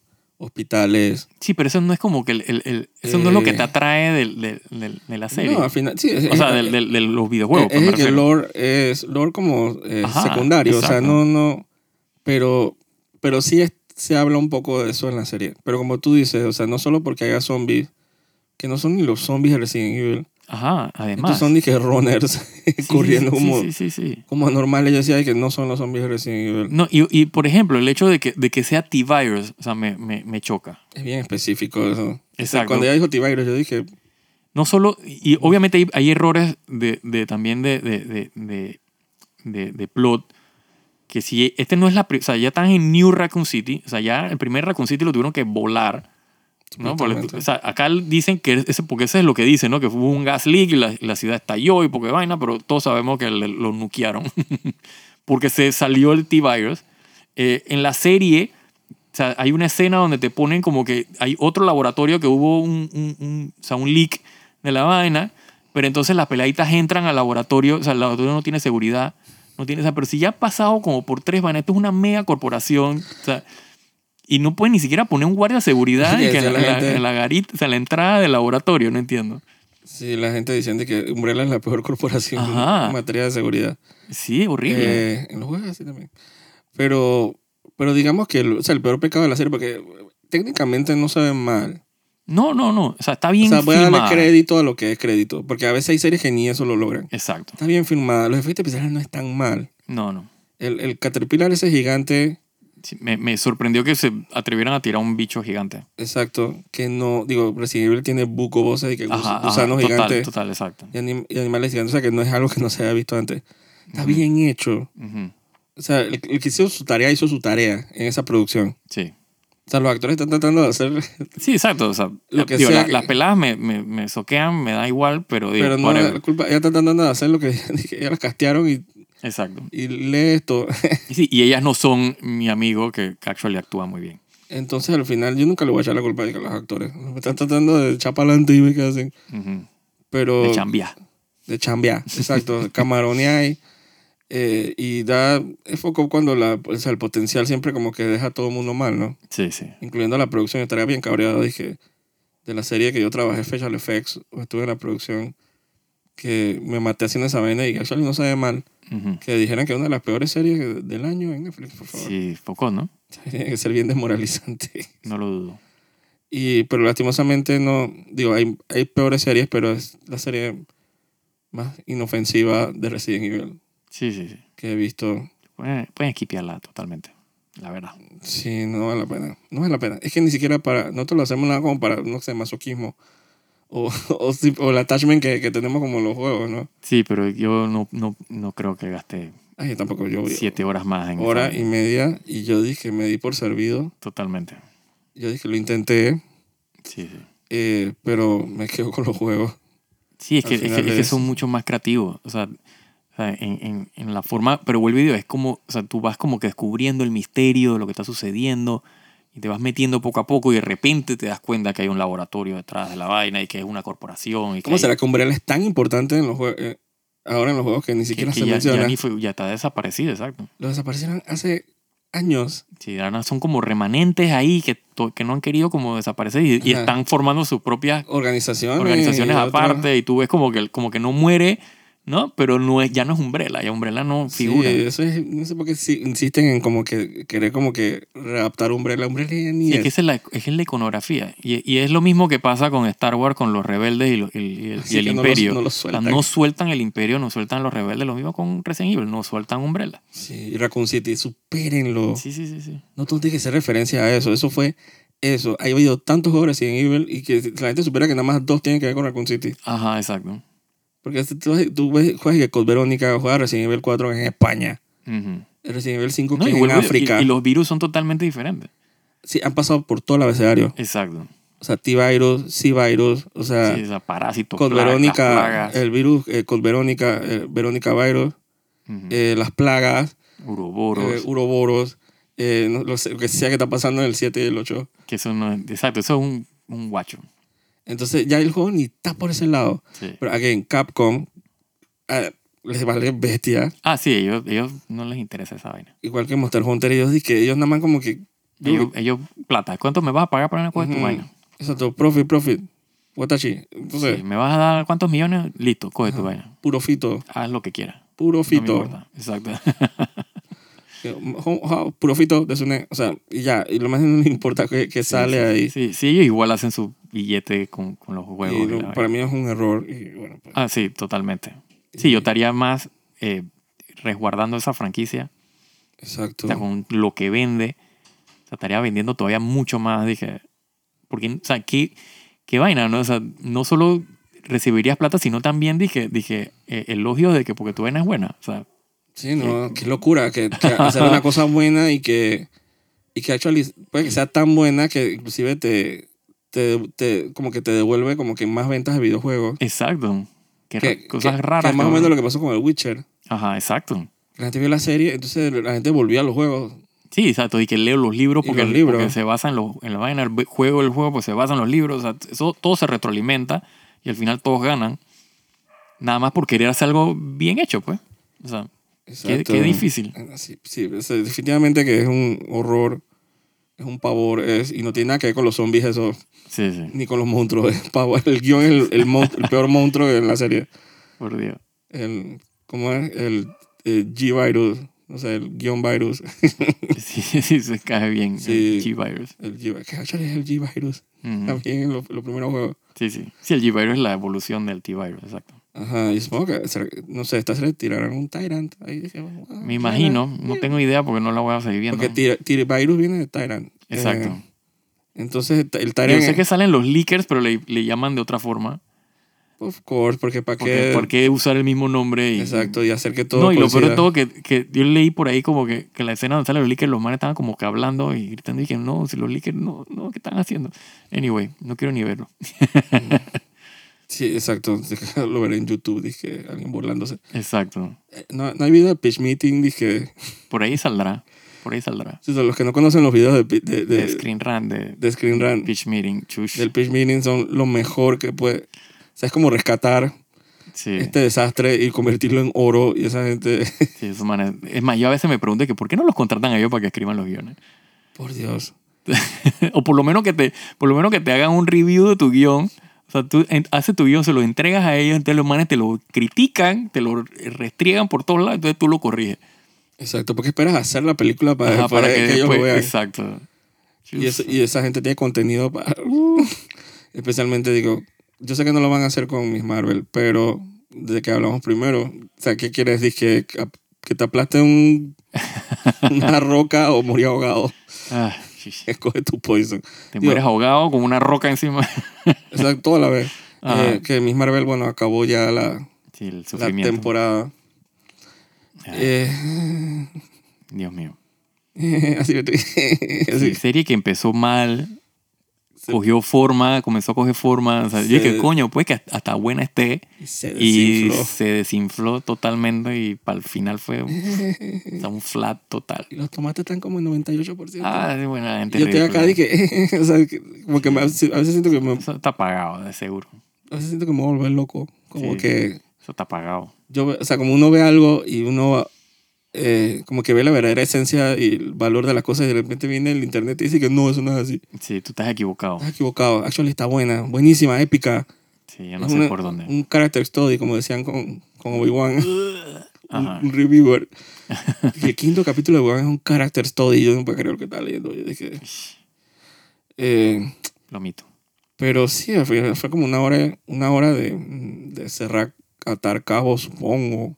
S1: hospitales.
S2: Sí, pero eso no es como que el, el- el- eso no es lo que te
S1: Eh.
S2: atrae del, del- del- de la serie.
S1: No, al final, sí. es-
S2: o sea,
S1: es-
S2: del-
S1: es-
S2: del- de los videojuegos. pues,
S1: es
S2: me
S1: el que
S2: refiero.
S1: lore es lore como eh,
S2: Ajá,
S1: secundario, o sea,
S2: exacto.
S1: no, no, pero, pero sí es- se habla un poco de eso en la serie. Pero como tú dices, o sea, no solo porque haya zombies, que no son ni los zombies de Resident Evil,
S2: Ajá,
S1: estos
S2: además.
S1: son ni que runners [LAUGHS]
S2: Sí, sí,
S1: corriendo
S2: sí,
S1: como,
S2: sí, sí, sí.
S1: como anormales. Yo decía que no son los zombies de Resident Evil.
S2: No, y, y, por ejemplo, el hecho de que, de que sea T-Virus, o sea, me, me, me choca.
S1: Es bien específico eso. O sea,
S2: Exacto.
S1: cuando ella dijo T-Virus, yo dije,
S2: No solo, y obviamente hay, hay errores de, de- también de, de, de, de- de- de plot, que si este no es la, pri- o sea, ya están en New Raccoon City, o sea, ya el primer Raccoon City lo tuvieron que volar. ¿no? Por el-
S1: Supuestamente.
S2: o sea, acá dicen que ese, porque ese es lo que dicen, ¿no? Que hubo un gas leak y la, la ciudad estalló y porque vaina, pero todos sabemos que le- lo nuquearon. [LAUGHS] porque se salió el T-Virus. Eh, en la serie, o sea, hay una escena donde te ponen como que hay otro laboratorio que hubo un, un- un- o sea, un leak de la vaina, pero entonces las peladitas entran al laboratorio, o sea, el laboratorio no tiene seguridad, no tiene, o sea, pero si ya ha pasado como por tres vainas, esto es una mega corporación, o sea, y no pueden ni siquiera poner un guardia de seguridad
S1: [LAUGHS] Sí,
S2: en, que
S1: sí,
S2: la,
S1: la
S2: la-
S1: gente-
S2: en la garita, o sea, en la entrada del laboratorio, no entiendo.
S1: sí, la gente diciendo que Umbrella es la peor [LAUGHS] corporación
S2: Ajá.
S1: en materia de seguridad.
S2: Sí, horrible.
S1: Eh, en los juegos así también. Pero, pero digamos que el, o sea, el peor pecado de la serie, porque eh, técnicamente no saben mal.
S2: no, no, no, o sea, está
S1: O
S2: bien
S1: sea, voy a darle
S2: filmada.
S1: crédito a lo que es crédito, porque a veces hay series que ni eso lo logran.
S2: Exacto,
S1: Está bien filmada, los efectos especiales no están mal.
S2: no, no.
S1: El, el Caterpillar ese gigante,
S2: Sí, Me, me sorprendió que se atrevieran a tirar un bicho gigante.
S1: exacto, que no, digo, Resident Evil tiene bucobosas y que gus-
S2: Ajá,
S1: eh,
S2: ajá,
S1: gusanos
S2: total,
S1: gigantes
S2: Total, exacto.
S1: y, anim- y animales gigantes, o sea que no es algo que no se haya visto antes. Está bien hecho.
S2: Ujú,
S1: O sea, el, el que hizo su tarea hizo su tarea en esa producción.
S2: Sí.
S1: O sea, los actores están tratando de hacer,
S2: Sí, exacto. O sea,
S1: Lo que
S2: digo,
S1: sea
S2: la-
S1: que-
S2: las peladas me, me, me soquean, me da igual, pero digo,
S1: pero no es
S2: whatever.
S1: la culpa. Ya están tratando de hacer lo que, [LAUGHS] que ya las castearon y,
S2: Exacto.
S1: y lee esto. [LAUGHS]
S2: Y, sí, y ellas no son mi amigo que que actually actúa muy bien.
S1: Entonces, al final, yo nunca le voy a echar la culpa de que los actores. Me están tratando de echar para adelante y ver qué hacen.
S2: Ujú,
S1: Pero.
S2: De chambia.
S1: de chambear, exacto, [LAUGHS] camaronear eh, y da es foco cuando la, o sea, el potencial siempre como que deja a todo el mundo mal, ¿no?
S2: Sí, sí.
S1: Incluyendo la producción, yo estaría bien cabreado, dije, de la serie que yo trabajé, Special Effects, o estuve en la producción, que me maté haciendo esa vaina y actually no sabe mal,
S2: Ujú.
S1: que dijeran que es una de las peores series del año en Netflix, por favor.
S2: Sí, poco, ¿no?
S1: [LAUGHS] Tiene que ser bien desmoralizante.
S2: No lo dudo.
S1: Y, pero lastimosamente no, digo, hay, hay peores series, pero es la serie más inofensiva de Resident Evil
S2: Sí, sí, sí.
S1: que he visto.
S2: Pueden, pueden esquipearla totalmente, la verdad.
S1: Sí, no vale la pena. No vale la pena. Es que ni siquiera para. Nosotros lo hacemos nada como para, no sé, masoquismo. O, [LAUGHS] o, si- o el attachment que, que tenemos como en los juegos, ¿no?
S2: Sí, pero yo no, no, no creo que gaste
S1: Ay, yo tampoco. Yo
S2: siete horas más en
S1: hora
S2: esa-
S1: y media y yo dije, me di por servido.
S2: Totalmente.
S1: Yo dije, lo intenté,
S2: Sí, sí.
S1: eh, pero me [LAUGHS] quedo con los juegos.
S2: Sí, es
S1: Al
S2: que, es que-
S1: final
S2: es que
S1: es-
S2: son mucho más creativos. O sea, o sea, en, en- en la forma. Pero vuelvo y digo, es como. O sea, tú vas como que descubriendo el misterio de lo que está sucediendo y te vas metiendo poco a poco y de repente te das cuenta que hay un laboratorio detrás de la vaina y que es una corporación. Y que
S1: ¿Cómo
S2: hay-
S1: será que Umbrella es tan importante en los juegos, eh, ahora en los juegos que ni
S2: que-
S1: siquiera
S2: que
S1: se
S2: ya,
S1: menciona?
S2: ya ni fue- ya está desaparecido, exacto.
S1: Los desaparecieron hace años.
S2: Sí, ahora son como remanentes ahí que, to- que no han querido como desaparecer y, y
S1: Ajá. Ah,
S2: están formando sus propias
S1: Organizaciones.
S2: organizaciones
S1: y otros-
S2: aparte y tú ves como que, como que no muere, ¿no? Pero no es, ya no es Umbrella, ya Umbrella no figura.
S1: Sí, eso es, no sé por qué si- insisten en como que querer como que readaptar Umbrella. Umbrella ya ni
S2: Sí, es
S1: es.
S2: que esa es la, esa es la iconografía. Y, y es lo mismo que pasa con Star Wars, con los rebeldes y, lo- y- y el,
S1: Así
S2: y el
S1: que no los-
S2: imperio.
S1: no los
S2: O sea,
S1: sueltan.
S2: no sueltan el imperio, no sueltan los rebeldes, lo mismo con Resident Evil, no sueltan Umbrella.
S1: Sí, y Raccoon City, supérenlo.
S2: Sí, sí, sí, sí.
S1: No todo tiene que ser referencia a eso. Eso fue eso. Ha habido tantos juegos de Resident Evil y que la gente supera que nada más dos tienen que ver con Raccoon City.
S2: Ajá, exacto.
S1: Porque si tú, tú ves, juegas que con Verónica, juegas Resident Evil 4 en España,
S2: Ujú.
S1: Resident Evil 5
S2: No,
S1: que
S2: y,
S1: es en
S2: vuelvo- y-
S1: África.
S2: y los virus son totalmente diferentes.
S1: Sí, han pasado por todo el abecedario.
S2: Exacto.
S1: O sea, T-Virus, C-Virus, o sea,
S2: Sí, o sea,
S1: Ah.
S2: parásitos,
S1: con
S2: plagas,
S1: Verónica,
S2: plagas,
S1: el virus, eh, con Verónica, eh, Verónica Virus.
S2: ujú,
S1: eh, las plagas,
S2: Mm. uroboros,
S1: eh, uroboros, eh, no- lo, sé- lo que sea que está pasando en el 7 y el 8.
S2: que eso no es- exacto, eso es un, un guacho.
S1: Entonces ya el juego ni está por ese lado.
S2: Sí.
S1: Pero again, Capcom ah, les vale bestia,
S2: Ah, sí, ellos, ellos no les interesa esa vaina.
S1: igual que Monster Hunter, ellos di que ellos nada más como que...
S2: Ellos, ellos, plata, ¿cuánto me vas a pagar por una cosa de tu
S1: Ujú.
S2: vaina?
S1: Exacto, profit, profit. Watashi. Entonces,
S2: Sí, ¿Me vas a dar cuántos millones? Listo, coge tu vaina.
S1: puro fito,
S2: Haz lo que quieras.
S1: puro
S2: No me
S1: fito.
S2: importa. Exacto.
S1: Eh, ho- ho- puro fito de Sune. O sea, y ya, y lo más no le importa que, que [LAUGHS] sale ahí.
S2: Sí, sí, ellos igual hacen su billete con, con los
S1: Y
S2: juegos. y
S1: lo-
S2: la vaina.
S1: para mí es un error. Y bueno, pues,
S2: Ah, sí, totalmente. Sí, yo estaría más eh, resguardando esa franquicia
S1: exacto.
S2: o sea, con lo que vende, o sea, estaría vendiendo todavía mucho más, dije. Porque, o sea, qué, qué vaina, ¿no? O sea, no solo recibirías plata, sino también, dije, dije eh, elogio de que porque tu vaina es buena. O sea,
S1: Sí, no, qué locura, que, que hacer una
S2: [LAUGHS]
S1: cosa buena y que, y que actually puede que sea tan buena que inclusive te, te, te- como que te devuelve como que más ventas de videojuegos.
S2: exacto. Qué ra-
S1: Que,
S2: cosas
S1: que-
S2: raras.
S1: que más o
S2: cabrón.
S1: menos lo que pasó con el Witcher.
S2: Ajá, exacto.
S1: La gente vio la serie, entonces la gente volvió a los juegos.
S2: Sí, exacto. Y que leo los libros
S1: Y
S2: porque,
S1: los libros.
S2: porque se basa en, los- en la vaina, el be- juego, el juego, pues se basa en los libros. O sea, eso, todo se retroalimenta y al final todos ganan. Nada más por querer hacer algo bien hecho, pues. O sea, qué,
S1: Exacto. Ah,
S2: qué difícil.
S1: Sí, sí, o sea, definitivamente que es un horror, es un pavor, es, y no tiene nada que ver con los zombies eso,
S2: Sí, sí.
S1: ni con los [LAUGHS] monstruos. es pavor. El guión es el, el mon- el peor monstruo en la serie.
S2: Por Dios. [LAUGHS]
S1: el, ¿cómo es? El, eh, G-Virus, o sea, el guión virus. [LAUGHS]
S2: Sí, sí, sí, se cae bien.
S1: Sí.
S2: El G-Virus.
S1: El G ¿Qué actually es el G-Virus?
S2: Ujú.
S1: También en los, los primeros juegos.
S2: Sí, sí. Sí, el G-Virus es la evolución del T-Virus, exacto.
S1: Ajá, y supongo que, será- no sé, esta se le tiraron un Tyrant. Ahí dije, wow,
S2: Me imagino, no
S1: sí.
S2: tengo idea porque no la voy a seguir viendo.
S1: Porque tira, tira- Virus viene de Tyrant.
S2: Exacto.
S1: Eh, entonces el- el
S2: Yo
S1: Tyrant.
S2: sé que salen los leakers, pero le, le llaman de otra forma.
S1: Of course, porque para
S2: Porque,
S1: qué.
S2: ¿Por qué usar el mismo nombre? Y,
S1: Exacto, y hacer que todo.
S2: No, y lo peor de
S1: coincida.
S2: todo que, que yo leí por ahí como que, que la escena donde salen los leakers, los manes estaban como que hablando y gritando y que no, si los leakers no, no, ¿qué están haciendo? Anyway, no quiero ni verlo.
S1: Sí, exacto. [LAUGHS] Lo veré en YouTube, dije, alguien burlándose.
S2: Exacto.
S1: Eh, No, no hay video de pitch meeting, dije.
S2: Por ahí saldrá. Por ahí saldrá.
S1: Sí, son los que no conocen los videos de, pi- de, de-
S2: De Screen Run, de
S1: de Screen Run,
S2: Pitch Meeting, chush.
S1: del pitch meeting, son lo mejor que puede. O sea, es como rescatar
S2: sí,
S1: este desastre y convertirlo en oro. Y esa gente, [LAUGHS]
S2: sí, esos manes. Es más, yo a veces me pregunto que por qué no los contratan a ellos para que escriban los guiones. [LAUGHS]
S1: por Dios.
S2: o por lo menos que te por lo menos que te hagan un review de tu guión o sea tú en- haces tu guión se lo entregas a ellos entonces los manes te lo critican te lo restriegan por todos lados entonces tú lo corriges
S1: Exacto, porque esperas hacer la película para,
S2: [LAUGHS] Ajá,
S1: para que, ellos lo vean.
S2: exacto
S1: Y, eso- y esa gente tiene contenido para... especialmente digo, yo sé que no lo van a hacer con Miss Marvel, pero de que hablamos primero, o sea, ¿qué quieres decir? Que, que te aplaste un,
S2: [LAUGHS]
S1: una roca o morí ahogado. [LAUGHS]
S2: Ah, chis.
S1: Escoge tu poison.
S2: te
S1: Digo-
S2: mueres ahogado con una roca encima [LAUGHS]
S1: O sea, toda la vez.
S2: Ajá.
S1: Eh, que Miss Marvel, bueno, acabó ya la,
S2: sí, el
S1: la
S2: sufrimiento
S1: temporada.
S2: Ah,
S1: Eh, [LAUGHS]
S2: Dios mío
S1: así me
S2: Sí,
S1: [LAUGHS] así,
S2: serie que empezó mal
S1: Se-
S2: cogió forma comenzó a coger forma o sea, yo
S1: Se-
S2: dije coño pues que hasta buena esté
S1: se
S2: y
S1: desinfló.
S2: se desinfló totalmente y para el final
S1: [LAUGHS]
S2: fue un, o sea, un flat total.
S1: Y los tomates están como en 98%.
S2: Ah, sí, buena gente.
S1: Y yo estoy
S2: ridícula.
S1: acá y que, [LAUGHS] o sea, que como que me- a veces a veces siento que me,
S2: Eso está pagado, de seguro.
S1: a veces siento que me voy a volver loco. Como
S2: Sí.
S1: que
S2: Eso está pagado.
S1: yo, ve- o sea, como uno ve algo y uno eh, como que ve la verdadera esencia y el valor de las cosas y de repente viene el internet y dice que no, eso no es así.
S2: Sí, tú estás equivocado.
S1: Estás equivocado. Actually está buena, buenísima, épica.
S2: Sí, yo no
S1: Es
S2: sé
S1: una-
S2: por dónde.
S1: Un character study, como decían con, con Obi-Wan.
S2: [LAUGHS]
S1: Un,
S2: Ajá.
S1: un
S2: [LAUGHS]
S1: reviewer. Y el quinto capítulo de Obi-Wan es un character study. Yo no puedo creer lo que estaba leyendo. Yo dije... Eh,
S2: Lo mito.
S1: Pero sí, al final fue como una hora, una hora de, de cerrar, atar cabos, supongo.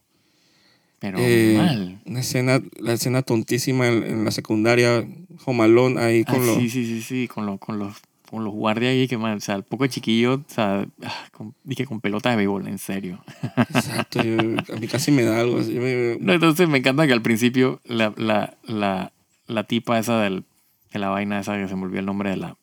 S2: Pero
S1: Eh,
S2: mal.
S1: Una escena, la escena tontísima en, en la secundaria, Jomalón ahí
S2: Ah,
S1: con los...
S2: Sí, sí, sí, sí, con, los con, los, con los guardias ahí que mal. O sea, el poco chiquillo, o sea, ah, con, dije con pelotas de béisbol, en serio. [LAUGHS]
S1: Exacto, yo- a mí casi me da algo. así, yo me-
S2: No, entonces me encanta que al principio la, la, la, la tipa esa del, de la vaina esa que se me olvidó el nombre de la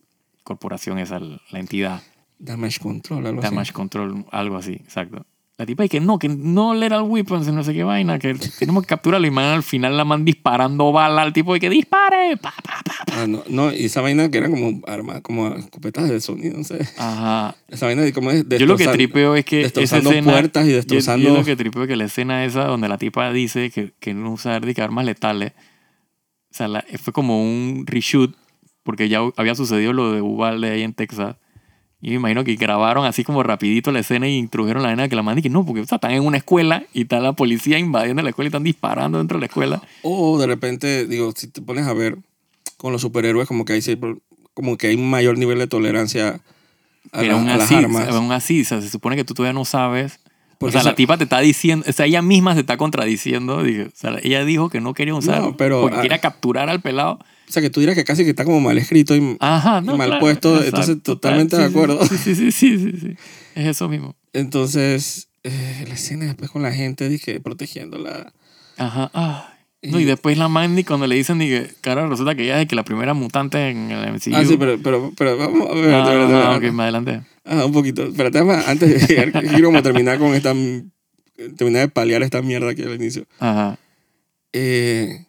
S2: corporación esa, la la entidad.
S1: damage control, algo
S2: Damage control, algo así, exacto. La tipa y que no, que no le era el weapons, no sé qué
S1: [LAUGHS]
S2: vaina, que tenemos que capturarlo y man, al final la man disparando bala al tipo de que dispare. pa, pa, pa.
S1: así. Ah, no, no, y esa vaina que eran como armas, como escopetas de sonido, no sé.
S2: Ajá.
S1: Esa vaina de cómo es
S2: Yo lo que
S1: destrozar-
S2: tripeo es que esa
S1: destrozando
S2: escena-
S1: puertas y
S2: yo-
S1: destrozando...
S2: Yo, lo que tripeo es que la escena esa donde la tipa dice que, que no usar de que armas letales, o sea, la- fue como un reshoot, porque ya había sucedido lo de Uvalde ahí en Texas. Y me imagino que grabaron así como rapidito la escena y introdujeron la escena que la mandé que no, porque o sea, están en una escuela y está la policía invadiendo la escuela y están disparando dentro de la escuela.
S1: O de repente, digo, si te pones a ver con los superhéroes, como que hay, siempre- como que hay un mayor nivel de tolerancia a,
S2: Pero
S1: la-
S2: aún
S1: a las
S2: así,
S1: armas.
S2: aún así, o sea, se supone que tú todavía no sabes.
S1: Porque
S2: o sea,
S1: esa-
S2: la tipa te está diciendo, o sea, ella misma se está contradiciendo. dije, o sea, ella dijo que no quería usar
S1: No, pero,
S2: porque
S1: ah,
S2: quería capturar al pelado.
S1: O sea, que tú dirás que casi que está como mal escrito. Y,
S2: Ajá,
S1: y
S2: no.
S1: mal
S2: claro,
S1: puesto, entonces
S2: total,
S1: totalmente de acuerdo.
S2: Sí, sí, sí, sí, sí, sí. Es eso mismo.
S1: entonces, eh, la escena después con la gente, dije, protegiéndola.
S2: Ajá, ah. No, y después la Mandy cuando le dicen, dije, cara, resulta que ella es que la primera mutante en el MCU.
S1: Ah, sí, pero, pero, pero vamos a ver. espérate,
S2: Ah,
S1: espérate,
S2: ah,
S1: espérate.
S2: ok, más adelante.
S1: Ah, un poquito. Espérate, vamos a- antes de
S2: [LAUGHS]
S1: llegar, quiero como terminar con esta. eh, Terminar de paliar esta mierda aquí al inicio.
S2: Ajá.
S1: eh,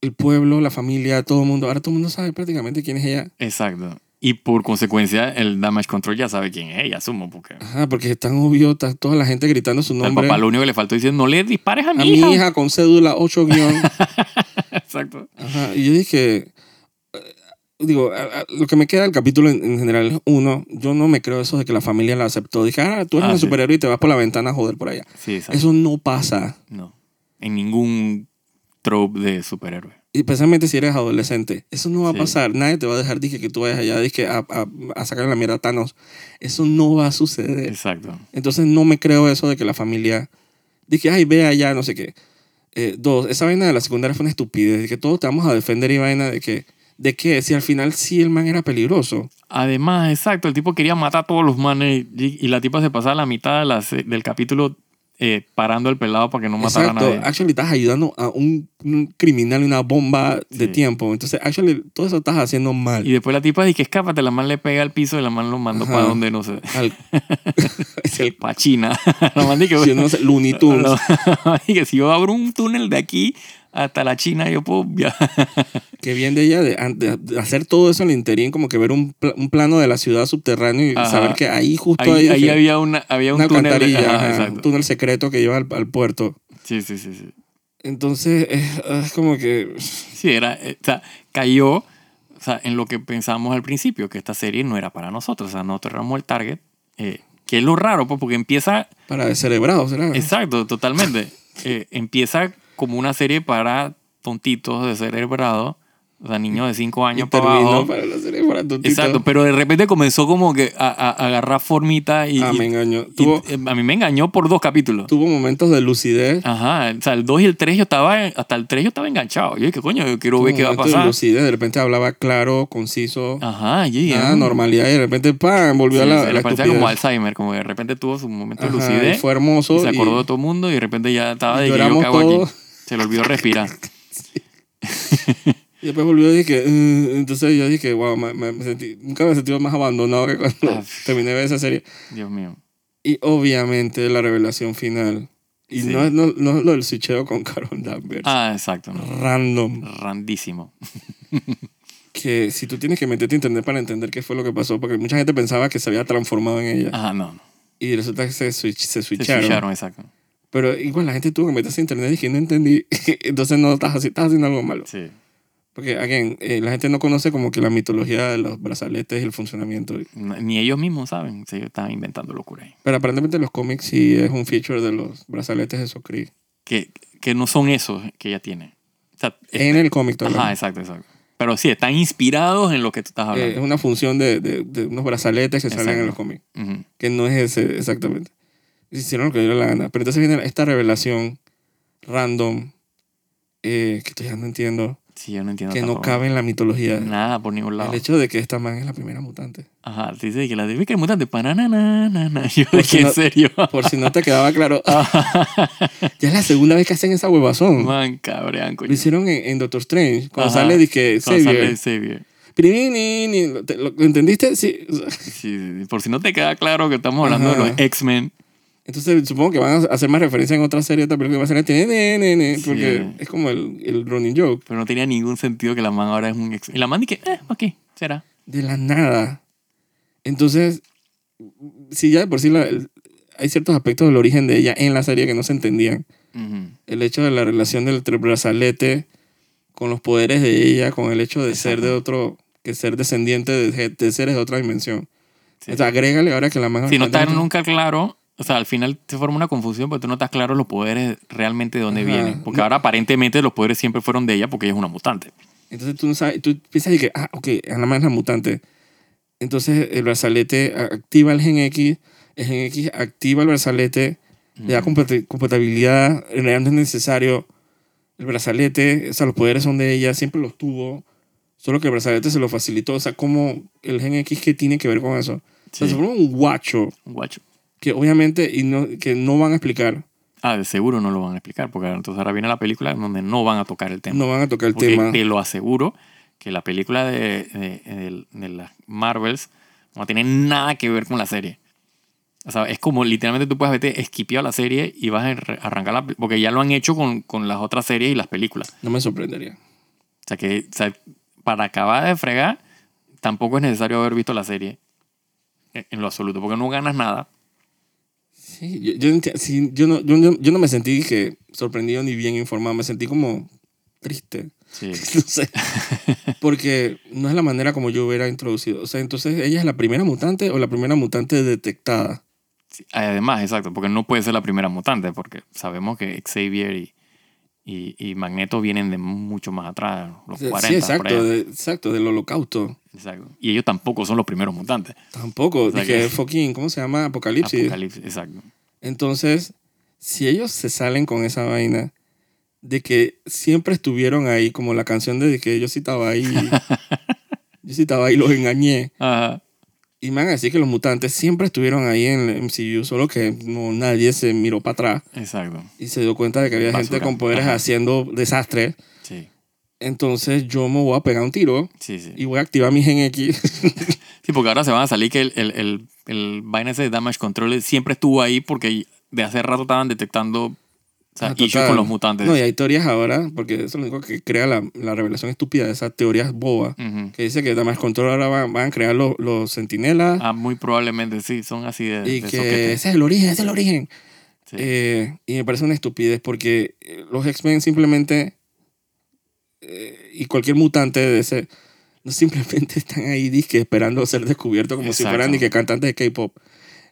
S1: el pueblo, la familia, todo el mundo. Ahora todo el mundo sabe prácticamente quién es ella.
S2: Exacto. Y por consecuencia, el Damage Control ya sabe quién es ella, asumo, porque
S1: Ajá, porque es tan obvio, está toda la gente gritando su
S2: al
S1: nombre.
S2: papá lo único que le faltó es decir, no le dispares a mi,
S1: a mi
S2: hija.
S1: hija con cédula 8 guión.
S2: [LAUGHS] Exacto.
S1: Ajá, y yo dije, eh, digo, a- a- lo que me queda del capítulo en, en general es uno, yo no me creo eso de que la familia la aceptó. Dije, ah, tú eres
S2: Ah,
S1: una
S2: sí.
S1: superhéroe y te vas por la ventana a joder por allá.
S2: Sí, exacto.
S1: Eso no pasa.
S2: No. En ningún trope de superhéroe.
S1: Y especialmente si eres adolescente. Eso no va
S2: Sí.
S1: a pasar. Nadie te va a dejar dije, que tú vayas allá dije, a, a, a sacarle la mierda a Thanos. Eso no va a suceder.
S2: Exacto.
S1: Entonces no me creo eso de que la familia... Dije, ay, ve allá, no sé qué. Eh, dos, esa vaina de la secundaria fue una estupidez. De que todos te vamos a defender y vaina de que... ¿De qué? Si al final sí el man era peligroso.
S2: Además, exacto, el tipo quería matar a todos los manes y, y la tipa se pasaba la mitad de la se- del capítulo eh, parando al pelado para que no matara
S1: Exacto.
S2: a nadie.
S1: Actually estás ayudando a un, un criminal y una bomba de
S2: Sí.
S1: tiempo. Entonces, actually, todo eso estás haciendo mal.
S2: Y después la tipa dice que escápate, la man le pega al piso y la man lo mandó
S1: Ajá.
S2: para donde no sé. [LAUGHS]
S1: Al- es [LAUGHS] el...
S2: Pa' China. [LAUGHS] la
S1: [LAUGHS]
S2: man dice
S1: si
S2: que,
S1: no sé, Looney Tunes.
S2: [LAUGHS] la- dice que si yo abro un túnel de aquí hasta la China, yo puedo viajar.
S1: Qué bien de ella de, de- de hacer todo eso en el interín, como que ver un, pla- un plano de la ciudad subterráneo y
S2: Ajá.
S1: saber que ahí justo
S2: Ahí,
S1: ahí,
S2: ahí
S1: que-
S2: había, una, había un
S1: una
S2: túnel. de-
S1: alcantarilla,
S2: ajá,
S1: ajá, un
S2: exacto.
S1: túnel secreto que lleva al, al puerto.
S2: Sí, sí, sí, sí.
S1: Entonces es, es como que
S2: Sí, era, eh, o sea, cayó o sea, en lo que pensamos al principio, que esta serie no era para nosotros, o sea, nosotros éramos el target, eh, que es lo raro, pues, porque empieza,
S1: para descerebrados, ¿verdad?
S2: exacto, totalmente, eh, empieza como una serie para tontitos de cerebrado, o sea, niños de 5
S1: Y
S2: años para
S1: terminó
S2: abajo.
S1: para la serie para tu tito.
S2: Exacto, pero de repente comenzó como que a, a- a agarrar formita y,
S1: Ah,
S2: y-
S1: me engañó.
S2: y,
S1: Tuvo,
S2: eh, a mí me engañó por dos capítulos.
S1: tuvo momentos de lucidez.
S2: Ajá, o sea, el 2 y el 3 yo estaba, hasta el 3 yo estaba enganchado. Yo dije, coño, yo quiero
S1: tuvo
S2: ver qué va a
S1: momentos
S2: pasar. Ah,
S1: De lucidez, de repente hablaba claro, conciso,
S2: Ajá, "Ah, y
S1: nada, normalidad y de repente ¡pam! volvió a la, la estupidez.
S2: como Alzheimer, como que de repente tuvo su momento de
S1: Ajá, y
S2: lucidez.
S1: fue
S2: y
S1: hermoso.
S2: se
S1: y-
S2: acordó de todo el mundo y de repente ya estaba
S1: y
S2: de que yo
S1: lloramos
S2: cago
S1: todos.
S2: aquí. Se le olvidó
S1: [LAUGHS]
S2: respirar.
S1: Y después volvió y dije, "Mm", entonces yo dije, wow, me, me- me sentí, nunca me he sentido más abandonado que cuando
S2: Ah.
S1: terminé de ver esa serie.
S2: Dios mío.
S1: Y obviamente la revelación final. Y
S2: Sí.
S1: no, es- no, no es lo del switcheo con [LAUGHS] Carol Danvers.
S2: Ah, exacto. no.
S1: Random.
S2: Randísimo.
S1: Que si tú tienes que meterte a internet para entender qué fue lo que pasó, porque mucha gente pensaba que se había transformado en ella.
S2: Ajá, no. no.
S1: Y resulta que se, switch, se
S2: Se
S1: switcharon.
S2: Ah. switcharon, exacto.
S1: Pero igual la gente tuvo que meterse a internet y dije, no entendí. [LAUGHS] entonces no estás, haci- estás haciendo algo malo.
S2: Sí.
S1: Porque, again, eh, la gente no conoce como que la mitología de los brazaletes y el funcionamiento.
S2: No, Ni ellos mismos saben. Sí, estaban inventando locura ahí.
S1: Pero aparentemente los cómics sí es un feature de los brazaletes de Socri.
S2: Que, que no son esos que ella tiene. O sea, es-
S1: En el cómic también.
S2: Este, ajá, exacto, exacto. Pero sí, están inspirados en lo que tú estás
S1: Eh, es
S2: hablando.
S1: una función de, de- de unos brazaletes que salen
S2: Exacto.
S1: en los cómics.
S2: Ujú.
S1: Que no es ese exactamente. Hicieron lo que dio la gana. Pero entonces viene esta revelación random eh, que todavía no entiendo.
S2: Sí, yo no entiendo.
S1: que no
S2: tampoco.
S1: cabe en la mitología.
S2: Nada por ningún lado.
S1: El hecho de que esta man es la primera mutante.
S2: Ajá, sí, sí, que la típica del mutante. pananana, [LAUGHS] Yo
S1: Por
S2: de
S1: si
S2: que en
S1: no-
S2: serio.
S1: Por si no te quedaba
S2: [LAUGHS]
S1: claro.
S2: Ah.
S1: [LAUGHS] ya es la segunda vez que hacen esa [LAUGHS] huevazón.
S2: Man, cabrean, coño.
S1: Lo hicieron en, en Doctor Strange. Cuando
S2: Ajá.
S1: sale, dije,
S2: Cuando
S1: Xavier.
S2: sale Xavier.
S1: Pirinini, ¿Lo, te- lo- lo entendiste? Sí. o sea,
S2: Sí, sí, sí. Por si no te queda claro que estamos hablando
S1: Ajá.
S2: de los X-Men.
S1: Entonces supongo que van a hacer más referencia en otra serie también que va a ser TNNN, porque
S2: Sí.
S1: es como el, el running joke.
S2: Pero no tenía ningún sentido que la man ahora es un X. Y la man dije, eh, ok, será.
S1: De la nada. Entonces, si ya de por sí la- el- hay ciertos aspectos del origen de ella en la serie que no se entendían.
S2: Ujú.
S1: El hecho de la relación del tre- brazalete con los poderes de ella, con el hecho de ser de otro, que ser descendiente de, ge- de seres de otra dimensión.
S2: Sí.
S1: O sea, agrégale ahora que la manga...
S2: Si no estás nunca claro, o sea, al final se forma una confusión porque tú no estás claro los poderes realmente de dónde
S1: Ajá.
S2: vienen. Porque
S1: No.
S2: ahora aparentemente los poderes siempre fueron de ella porque ella es una mutante.
S1: Entonces tú no sabes, tú piensas y que, ah, ok, Anamán es la mutante. Entonces el brazalete a- activa el gen X, el gen X activa el brazalete, le da compati- compatibilidad, en realidad no es necesario. El brazalete, o sea, los poderes son de ella, siempre los tuvo, solo que el brazalete se lo facilitó. O sea, como el gen X, ¿qué tiene que ver con eso? O sea,
S2: Sí.
S1: se forma un guacho
S2: Un guacho.
S1: que obviamente y no, que no van a explicar,
S2: Ah, de seguro no lo van a explicar porque entonces ahora viene la película donde no van a tocar el tema.
S1: no van a tocar el
S2: Porque
S1: tema.
S2: te lo aseguro que la película de, de- de- de las Marvels no tiene nada que ver con la serie. O sea, es como literalmente tú puedes verte esquipeado la serie y vas a re- arrancar la... pe- Porque ya lo han hecho con, con las otras series y las películas.
S1: No me sorprendería.
S2: O sea, que o sea, para acabar de fregar, tampoco es necesario haber visto la serie e, en, en lo absoluto, porque no ganas nada.
S1: Sí, yo, yo, enti- sí, yo no, yo, no- yo no me sentí que sorprendido ni bien informado, me sentí como triste. [LAUGHS]
S2: Sí,
S1: No
S2: [LAUGHS]
S1: sé. Porque no es la manera como yo hubiera introducido. O sea, entonces, ¿ella es la primera mutante o la primera mutante detectada?
S2: sí. Además, exacto, porque no puede ser la primera mutante, porque sabemos que Xavier y, y, y Magneto vienen de mucho más atrás, los
S1: Sí,
S2: 40.
S1: sí,
S2: por allá.
S1: exacto, de- exacto, del holocausto.
S2: Exacto. Y ellos tampoco son los primeros mutantes.
S1: Tampoco,
S2: sea,
S1: dije,
S2: que-
S1: fucking, ¿cómo se llama? Apocalipsis.
S2: Apocalipsis, exacto.
S1: Entonces, si ellos se salen con esa vaina de que siempre estuvieron ahí, como la canción de que yo sí estaba
S2: [LAUGHS]
S1: ahí, yo sí estaba ahí, los engañé,
S2: Ajá.
S1: y me van a decir que los mutantes siempre estuvieron ahí en el MCU, solo que no, nadie se miró para atrás
S2: exacto.
S1: y se dio cuenta de que había gente
S2: Basura.
S1: con poderes
S2: Ajá.
S1: haciendo desastres.
S2: Sí,
S1: Entonces yo me voy a pegar un tiro
S2: sí, sí.
S1: y voy a activar mi gen X.
S2: Sí, porque ahora se van a salir que el, el, el, el vaina ese de Damage Control siempre estuvo ahí porque de hace rato estaban detectando o sea,
S1: Ah, [LAUGHS]
S2: issues
S1: total.
S2: con los mutantes.
S1: No, y hay teorías ahora, porque eso es lo único que crea la, la revelación estúpida de esas teorías bobas.
S2: Ujú.
S1: que dice que Damage Control ahora van, van a crear los, los sentinelas
S2: Ah, muy probablemente sí, son así de,
S1: y
S2: de
S1: que
S2: soquetes.
S1: ese es el origen, ese es el origen.
S2: Sí.
S1: Eh, y me parece una estupidez porque eh, los X-Men simplemente eh, y cualquier mutante de ese no simplemente [LAUGHS] están ahí disque esperando ser descubiertos como si
S2: Exacto.
S1: fueran ni que cantantes de K-pop.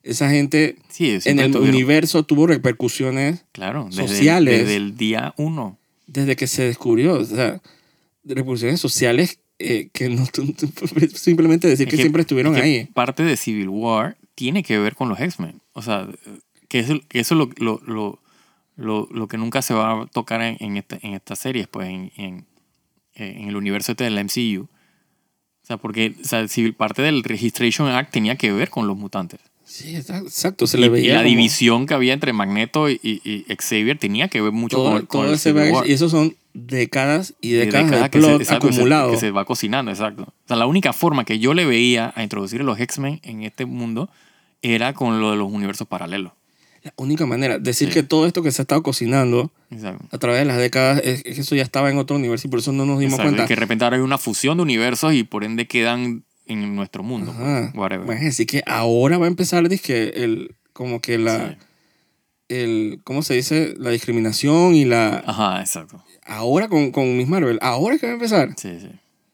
S1: Esa gente
S2: Sí, ellos
S1: en
S2: siempre
S1: el
S2: tuvieron-
S1: universo tuvo repercusiones
S2: claro, desde el-
S1: sociales.
S2: desde el día uno.
S1: desde que se descubrió, o sea, repercusiones sociales eh, que no tú- tú- [LAUGHS] simplemente decir
S2: Es
S1: que,
S2: que-
S1: siempre estuvieron
S2: que
S1: ahí.
S2: Parte de Civil War tiene que ver con los X-Men. O sea, que eso, que eso lo, lo, lo, lo, lo que nunca se va a tocar en, en, esta- en estas series, pues en, en, en el universo este del MCU. O sea, porque o sea, Civil- parte del Registration Act tenía que ver con los mutantes.
S1: Sí, está- exacto, se
S2: Y,
S1: le
S2: y
S1: veía
S2: la
S1: como
S2: división que había entre Magneto y, y- y Xavier tenía que ver mucho
S1: todo,
S2: con, con
S1: todo
S2: el
S1: ese
S2: Civil
S1: baggage,
S2: War.
S1: y esos son décadas y
S2: de
S1: décadas de,
S2: décadas que se-
S1: plot
S2: exacto, que se-
S1: acumulado.
S2: Que se, va cocinando, exacto. O sea, la única forma que yo le veía a introducir a los X-Men en este mundo era con lo de los universos paralelos.
S1: La única manera, decir
S2: Sí.
S1: que todo esto que se ha estado cocinando
S2: Exacto.
S1: a través de las décadas, es, es que eso ya estaba en otro universo y por eso no nos dimos
S2: Exacto, y
S1: cuenta.
S2: que de repente ahora hay una fusión de universos y por ende quedan en nuestro mundo.
S1: Ajá.
S2: pues, whatever.
S1: Van a decir que ahora va a empezar dizque, el, como que la,
S2: Sí.
S1: el, ¿cómo se dice? La discriminación y la...
S2: Ajá, exacto.
S1: Ahora con, con Miss Marvel, ahora es que va a empezar.
S2: Sí, sí.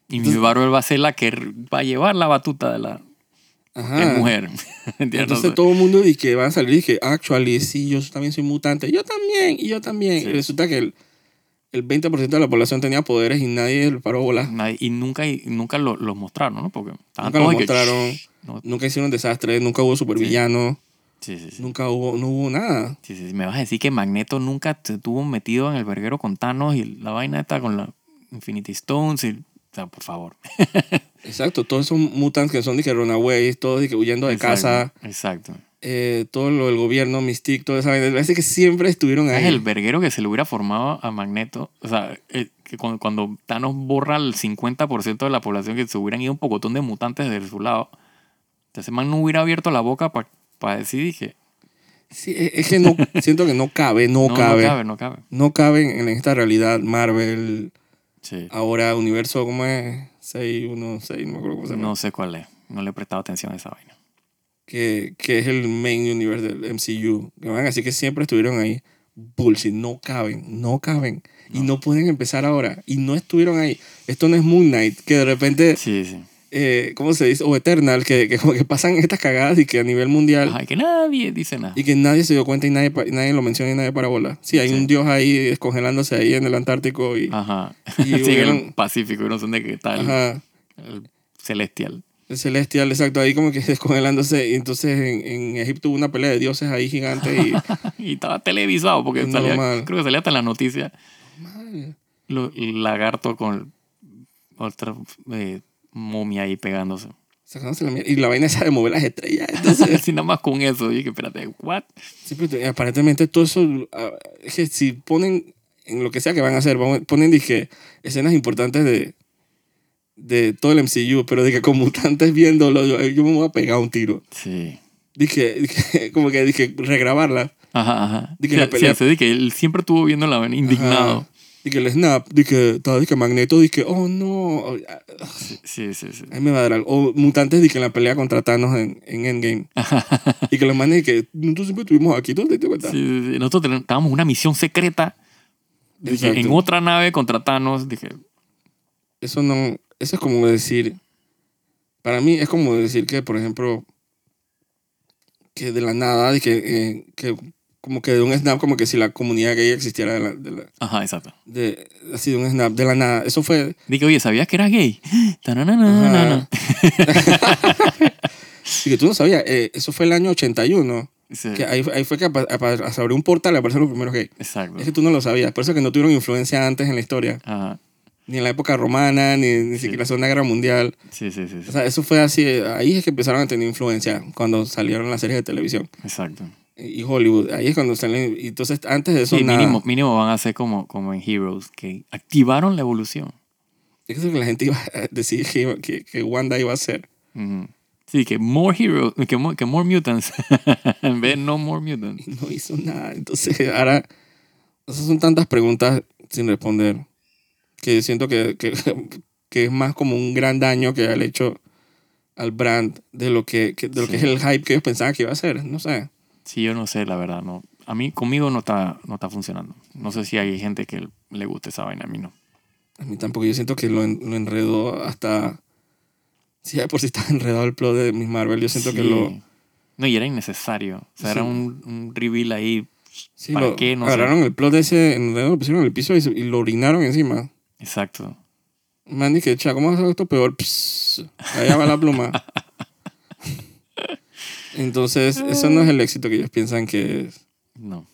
S2: Y mi Marvel va a ser la que va a llevar la batuta de la
S1: Ajá.
S2: es mujer. [LAUGHS] ¿Entiendes?
S1: Ah. Entonces todo el mundo dice que van a salir y que, actually, sí, yo también soy mutante. Yo también, y yo también.
S2: Sí.
S1: Y resulta que el, el 20% de la población tenía poderes y nadie le paró bolas.
S2: Nadie- y nunca, y nunca lo- los mostraron, Ah, ¿no? Porque estaban
S1: Nunca los
S2: todos y que,
S1: mostraron.
S2: "Shh". No,
S1: Nunca hicieron desastres, nunca hubo supervillanos,
S2: sí, sí, sí.
S1: nunca hubo, no hubo nada.
S2: Sí, sí, sí. me vas a decir que Magneto nunca te tuvo metido en el verguero con Thanos y la vaina está con la Infinity Stones. y- o sea, por favor.
S1: Exacto, todos esos mutants que son, dije, runaways, todos dije, huyendo de
S2: Exacto,
S1: casa,
S2: Exacto.
S1: eh, todo lo del gobierno, Mystique, toda esa vaina. Parece que siempre estuvieron
S2: Es
S1: ahí.
S2: el verguero que se le hubiera formado a Magneto. O sea, eh, que cuando, cuando Thanos borra el 50% de la población, que se hubieran ido un pocotón de mutantes de su lado. Entonces, man no hubiera abierto la boca para decir, dije,
S1: Sí, e, es es que no, siento que no cabe, no,
S2: [LAUGHS] no, no
S1: cabe.
S2: cabe, no cabe.
S1: No caben en esta realidad Marvel,
S2: Sí.
S1: ahora universo, ¿cómo es? 616, no me acuerdo cómo se llama.
S2: No sé cuál es. No le he prestado atención a esa vaina.
S1: Que, que es el main universe del MCU. Que van así que siempre estuvieron ahí. Bullshit, no caben, no caben. Y no pueden empezar ahora. Y no estuvieron ahí. Esto no es Moon Knight, que de repente,
S2: Sí, sí.
S1: eh, ¿cómo se dice? O Eternal, que, que como que pasan estas cagadas y que a nivel mundial.
S2: Ajá, que nadie dice nada.
S1: Y que nadie se dio cuenta y nadie, pa- y nadie lo menciona y nadie parabola. Sí, hay
S2: Sí. Ah,
S1: un dios ahí descongelándose ahí en el Antártico y...
S2: Ajá.
S1: Y
S2: [LAUGHS] sí, en
S1: hubieron-
S2: el Pacífico, no sé dónde que está el,
S1: Ajá.
S2: el celestial. [LAUGHS]
S1: El celestial, exacto, ahí como que [LAUGHS] descongelándose. Y entonces en, en Egipto hubo una pelea de dioses ahí gigante y...
S2: y estaba televisado porque
S1: Es
S2: salía,
S1: normal.
S2: creo que salía hasta en la noticia.
S1: Mal.
S2: Lo, el lagarto con otra eh, momia ahí pegándose. [LAUGHS]
S1: Sacándose la mierda. Y la vaina esa de mover las estrellas. Entonces,
S2: Así nada más con eso. Y que espérate, ¿what?
S1: siempre te- aparentemente todo eso... ah, es que si ponen en lo que sea que van a hacer, vamos- ponen, dije, escenas importantes de, de todo el MCU, pero dije, con mutantes viéndolo, yo, yo me voy a pegar un tiro.
S2: Sí.
S1: Dije, [LAUGHS] dije, como que dije, regrabarla.
S2: Ajá, ajá.
S1: Di que
S2: Sí,
S1: la
S2: sí,
S1: pelea-
S2: sí, di que él siempre estuvo viendo la vaina indignado.
S1: Ajá. Dije, el snap, dije, todo, dije, magneto, dije, oh no.
S2: Sí, sí, sí.
S1: Ahí me va a dar algo. O mutantes, dije, en la pelea contra Thanos en, en
S2: [LAUGHS]
S1: Endgame. y que los manes, que nosotros siempre estuvimos aquí, ¿tú te diste
S2: Sí,
S1: cuenta?
S2: sí, sí. Nosotros teníamos- estábamos en una misión secreta. di que
S1: Exacto.
S2: en otra nave contra Thanos. Dije,
S1: Eso no, eso es como decir, para mí es como decir que, por ejemplo, que de la nada, dije, eh, que como que de un snap, como que si la comunidad gay existiera de la, de la-
S2: Ajá, exacto.
S1: de- así de un snap de la nada. Eso fue,
S2: Dije, oye, ¿sabías que eras gay? [GASPS]
S1: Ajá.
S2: Ah, Taranana.
S1: [LAUGHS] sí que tú no sabías, eh, eso fue el año 81,
S2: [LAUGHS] Sí,
S1: que ahí, ahí fue que apa- apa- se abrió un portal y aparecieron los primeros gays.
S2: Exacto. Ah,
S1: Es que tú no lo sabías, por eso que no tuvieron influencia antes en la historia,
S2: Ajá.
S1: ni en la época romana, ni, ni
S2: Sí.
S1: siquiera la Segunda Guerra Mundial.
S2: Sí, sí, sí,
S1: O
S2: sí.
S1: sea, eso fue así, eh, ahí es que empezaron a tener influencia cuando salieron las series de televisión
S2: Exacto.
S1: y Hollywood, ahí es cuando salen, y entonces antes de eso
S2: Sí,
S1: nada.
S2: mínimo, mínimo van a ser como, como en Heroes, que activaron la evolución.
S1: Yo creo que la gente iba a decir que, iba- que, que Wanda iba a ser.
S2: Ujú. Sí, que more heroes, que more, que more mutants. [LAUGHS] en vez de no more mutants.
S1: y no hizo nada. Entonces, ahora, esas son tantas preguntas sin responder que siento que, que, que es más como un gran daño que el hecho al brand de lo que, que- de lo
S2: Sí.
S1: que es el hype que ellos pensaban que iba a ser. No sé.
S2: Sí, yo no sé, la verdad, no. A mí, conmigo no está, no está funcionando. No sé si hay gente que le guste esa vaina, a mí no.
S1: A mí tampoco. Yo siento que lo, en- lo enredó hasta. Si ya de por si estaba [LAUGHS] enredado el plot de Miss Marvel, yo siento que
S2: Sí.
S1: lo.
S2: No, y era innecesario. O sea,
S1: Sí.
S2: era un, un reveal ahí.
S1: Sí,
S2: ¿Para
S1: lo-
S2: qué? No sé.
S1: agarraron el plot de ese enredo, lo pusieron en el piso y, se- y lo orinaron encima.
S2: Exacto.
S1: Mandy, que chaco, ¿cómo hacer esto peor? Pss, allá va la
S2: [LAUGHS]
S1: pluma. Entonces, eso no es el éxito que ellos piensan que es.
S2: No.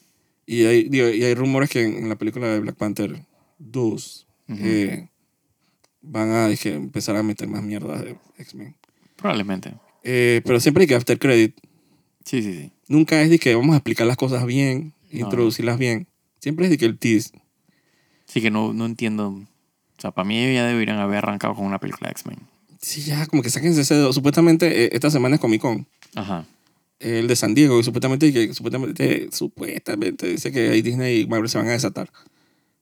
S1: Y hay, digo, y hay rumores que en, en la película de Black Panther 2
S2: Ujú.
S1: eh, van a dije, empezar a meter más mierda de X-Men.
S2: Probablemente.
S1: Eh, pero siempre hay que after credit.
S2: Sí, sí, sí.
S1: Nunca es de que vamos a explicar las cosas bien,
S2: No.
S1: introducirlas bien. Siempre es de que el tease.
S2: Sí que no, no entiendo. O sea, para mí ya deberían haber arrancado con una película de X-Men.
S1: Sí, ya, como que sáquense ese dedo. Supuestamente, eh, esta semana es Comic Con.
S2: Ajá.
S1: el de San Diego, y supuestamente, que, supuestamente, supuestamente dice que ahí Disney y Marvel se van a desatar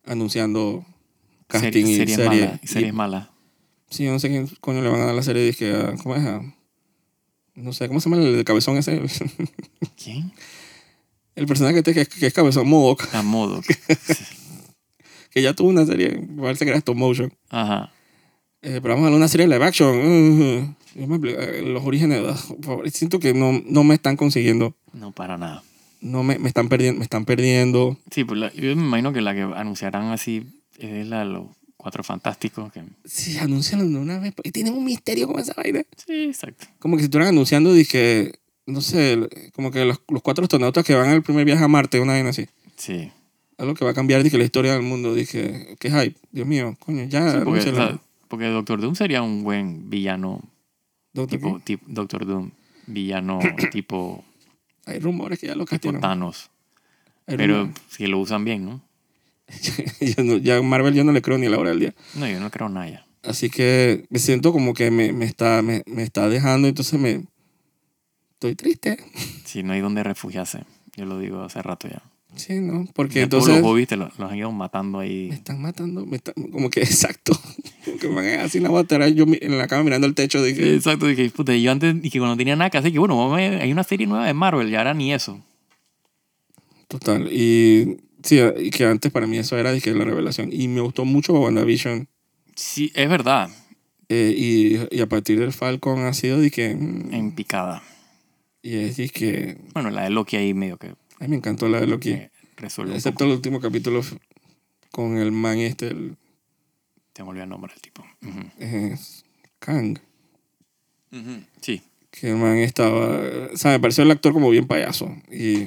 S1: anunciando casting
S2: Serie-
S1: y
S2: series
S1: series.
S2: malas. y Series
S1: Y-
S2: malas.
S1: sí, yo no sé quién coño le van a dar la serie. Dije, ah, ¿cómo es? Ah, No sé, ¿cómo se llama el, de cabezón ese? [LAUGHS]
S2: ¿Quién?
S1: El personaje este que, es- que es cabezón Modoc, [LAUGHS]
S2: A modo.
S1: que ya tuvo una serie, parece que era stop motion.
S2: Ajá.
S1: Eh, pero vamos a hablar de una serie de live action. Uh, yo me apl- eh, los orígenes, ah, por favor, siento que no, no me están consiguiendo.
S2: No, para nada.
S1: No me, me están perdiendo, me están perdiendo.
S2: Sí, pues la- yo me imagino que la que anunciarán así es la de los Cuatro Fantásticos. Que...
S1: Sí, anuncian de una vez. porque Tienen un misterio con esa vaina.
S2: Sí, exacto.
S1: como que si estuvieran anunciando, dije, no sé, el- como que los, los cuatro astronautas que van al primer viaje a Marte, una vez así.
S2: Sí.
S1: Algo que va a cambiar, dije, la historia del mundo. Dije, qué hype, Dios mío, coño, ya.
S2: Sí, porque,
S1: Ah, anúncialo.
S2: o sea, porque Doctor Doom sería un buen villano,
S1: Doctor
S2: tipo,
S1: Who.
S2: tip- Doctor Doom,
S1: [COUGHS]
S2: villano tipo,
S1: Hay rumores que ya lo
S2: tipo
S1: castigan.
S2: Thanos. Pero si lo usan bien, ¿no?
S1: [LAUGHS] ya, no- ya Marvel yo no le creo ni a la hora del día.
S2: No, yo no creo nada. ya.
S1: Así que me siento como que me, me está, me, me está dejando, entonces me... Estoy triste.
S2: Si no hay donde refugiarse, yo lo digo hace rato ya.
S1: Sí, ¿no? Porque
S2: Ya todos
S1: entonces...
S2: los hobbies te lo- los han ido matando
S1: Me
S2: ahí.
S1: están matando, me están, como que [LAUGHS] exacto. Como que me van a hacer una batera. Yo mi- en la cama mirando el techo dije,
S2: Exacto, dije, puta, yo antes, y que cuando tenía nada que hacer, que bueno, vamos a ver, hay una serie nueva de Marvel, y ahora ni eso.
S1: Total. Y sí, y que antes para mí eso era dije, la revelación. Y me gustó mucho WandaVision.
S2: Sí, es verdad,
S1: Eh, y, y a partir del Falcon ha sido de que... mm,
S2: en picada.
S1: Y es de que...
S2: Bueno, la de Loki ahí medio que,
S1: A mí me encantó la de Loki.
S2: que resuelve un
S1: Excepto
S2: poco.
S1: el último capítulo f- con el man este, el,
S2: Te me olvidó el nombre del tipo. Ujú.
S1: eh, Kang.
S2: Sí,
S1: Que el man estaba... O sea, me pareció el actor como bien payaso. Y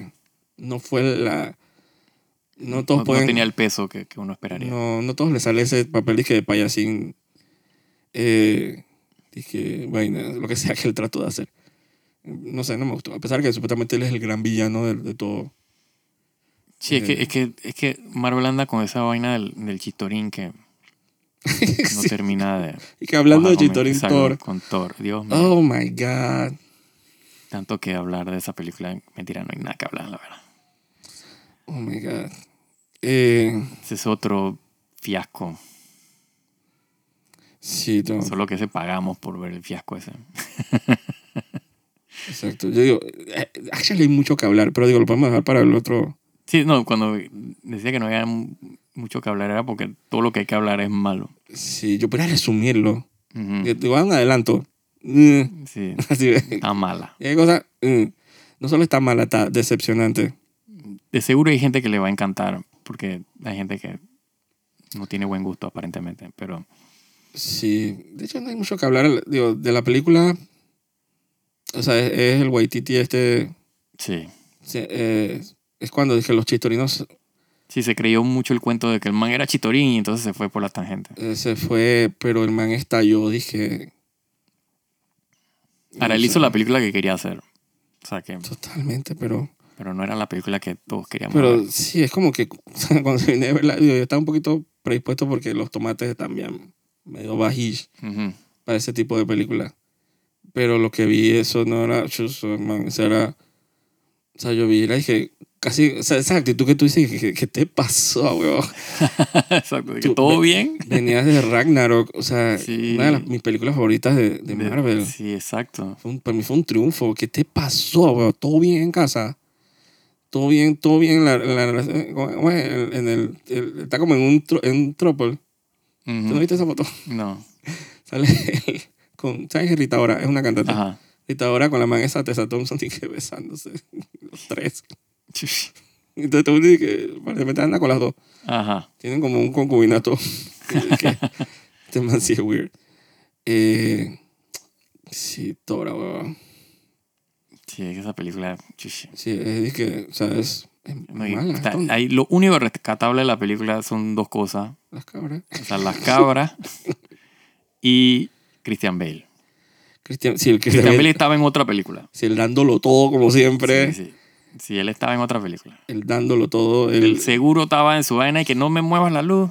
S1: no fue la... No todos
S2: no, no
S1: pueden...
S2: tenía el peso que, que uno esperaría.
S1: No, no todos les sale ese papel dije, de payasín. Eh, dije, vaina, lo que sea que él trató de hacer. No sé, no me gustó. A pesar que supuestamente él es el gran villano de, de todo.
S2: Sí, es que, es, que, es que Marvel anda con esa vaina del, del chitorín que [LAUGHS] no
S1: [LAUGHS] Sí.
S2: termina de...
S1: Y que hablando de
S2: Ojalá,
S1: Chitorin
S2: exacto,
S1: Thor.
S2: Con Thor, Ah, Dios mío.
S1: Oh my God.
S2: Tanto que hablar de esa película, mentira, no hay nada que hablar, la verdad.
S1: Oh my God. Eh,
S2: Ese es otro fiasco.
S1: sí, no,
S2: Solo que se pagamos por ver el fiasco ese.
S1: exacto. Yo digo, eh, actually hay mucho que hablar, pero digo, lo podemos dejar para el otro.
S2: Sí, no, cuando decía que no había mu- mucho que hablar era porque todo lo que hay que hablar es malo.
S1: Sí, yo podría resumirlo.
S2: Ujú.
S1: Yo Digo, ah, un adelanto. Mm, [LAUGHS]
S2: Sí,
S1: así,
S2: está mala.
S1: Y hay cosas, mm, no solo está mala, está decepcionante.
S2: de seguro hay gente que le va a encantar, porque hay gente que no tiene buen gusto aparentemente, pero
S1: Sí, de hecho no hay mucho que hablar digo, de la película. O sea, es, es el Waititi este...
S2: sí.
S1: se- eh, es cuando dije los chistorinos
S2: Sí, se creyó mucho el cuento de que el man era chitorín y entonces se fue por la tangente.
S1: eh, se fue, pero el man estalló, dije...
S2: Ahora, él
S1: no
S2: hizo
S1: sé,
S2: la película que quería hacer. O sea que,
S1: Totalmente, pero...
S2: pero no era la película que todos queríamos
S1: Pero
S2: ver.
S1: sí, es como que [LAUGHS] cuando se viene a verla, digo, yo estaba un poquito predispuesto porque los tomates también medio bajish
S2: Ujú.
S1: para ese tipo de película. Pero lo que vi, eso no era, chus, man, eso era, o sea, yo vi, era, dije, casi, o sea, esa actitud que tú dices, que, que- que te pasó,
S2: [LAUGHS]
S1: weón.
S2: [LAUGHS] Exacto, de que
S1: Tú-
S2: ¿Todo
S1: ve-
S2: bien?
S1: Venías de Ragnarok, o sea,
S2: Sí.
S1: una de las- mis películas favoritas de, de
S2: De-
S1: Marvel.
S2: Sí, exacto.
S1: Fue un- para mí fue un triunfo. ¿Qué te pasó, weón? ¿Todo bien en casa? ¿Todo bien, todo bien en la, en la relación? ¿Cómo- cómo es? En- en el, el- está como en un, tro- en un tropel. ¿Tú no
S2: Ujú.
S1: viste esa foto? [LAUGHS]
S2: No.
S1: Sale él con... ¿Sabes? que Rita Ora es una cantante.
S2: Ajá.
S1: Rita Ora con la man esa Tessa Thompson [LAUGHS] y que besándose. Los tres. Entonces tú dices que... Bueno, de repente anda con las dos.
S2: Ajá.
S1: Tienen como un concubinato. [LAUGHS] que, este man sí es weird. Eh, sí, Tora, weón.
S2: Sí, es que esa película... chush.
S1: Sí, es que, o sea, es, es
S2: No, y-
S1: mala,
S2: está-
S1: tonta,
S2: ahí lo único rescatable de la película son dos cosas.
S1: las cabras.
S2: O sea, las cabras
S1: [LAUGHS]
S2: y Christian Bale.
S1: Cristian, si el Cristian
S2: Christian Bale
S1: Bale-
S2: estaba en otra película.
S1: si el dándolo todo, como siempre,
S2: Sí, sí. Sí, él estaba en otra película.
S1: el dándolo todo, el,
S2: El seguro estaba en su vaina y que no me muevas la luz.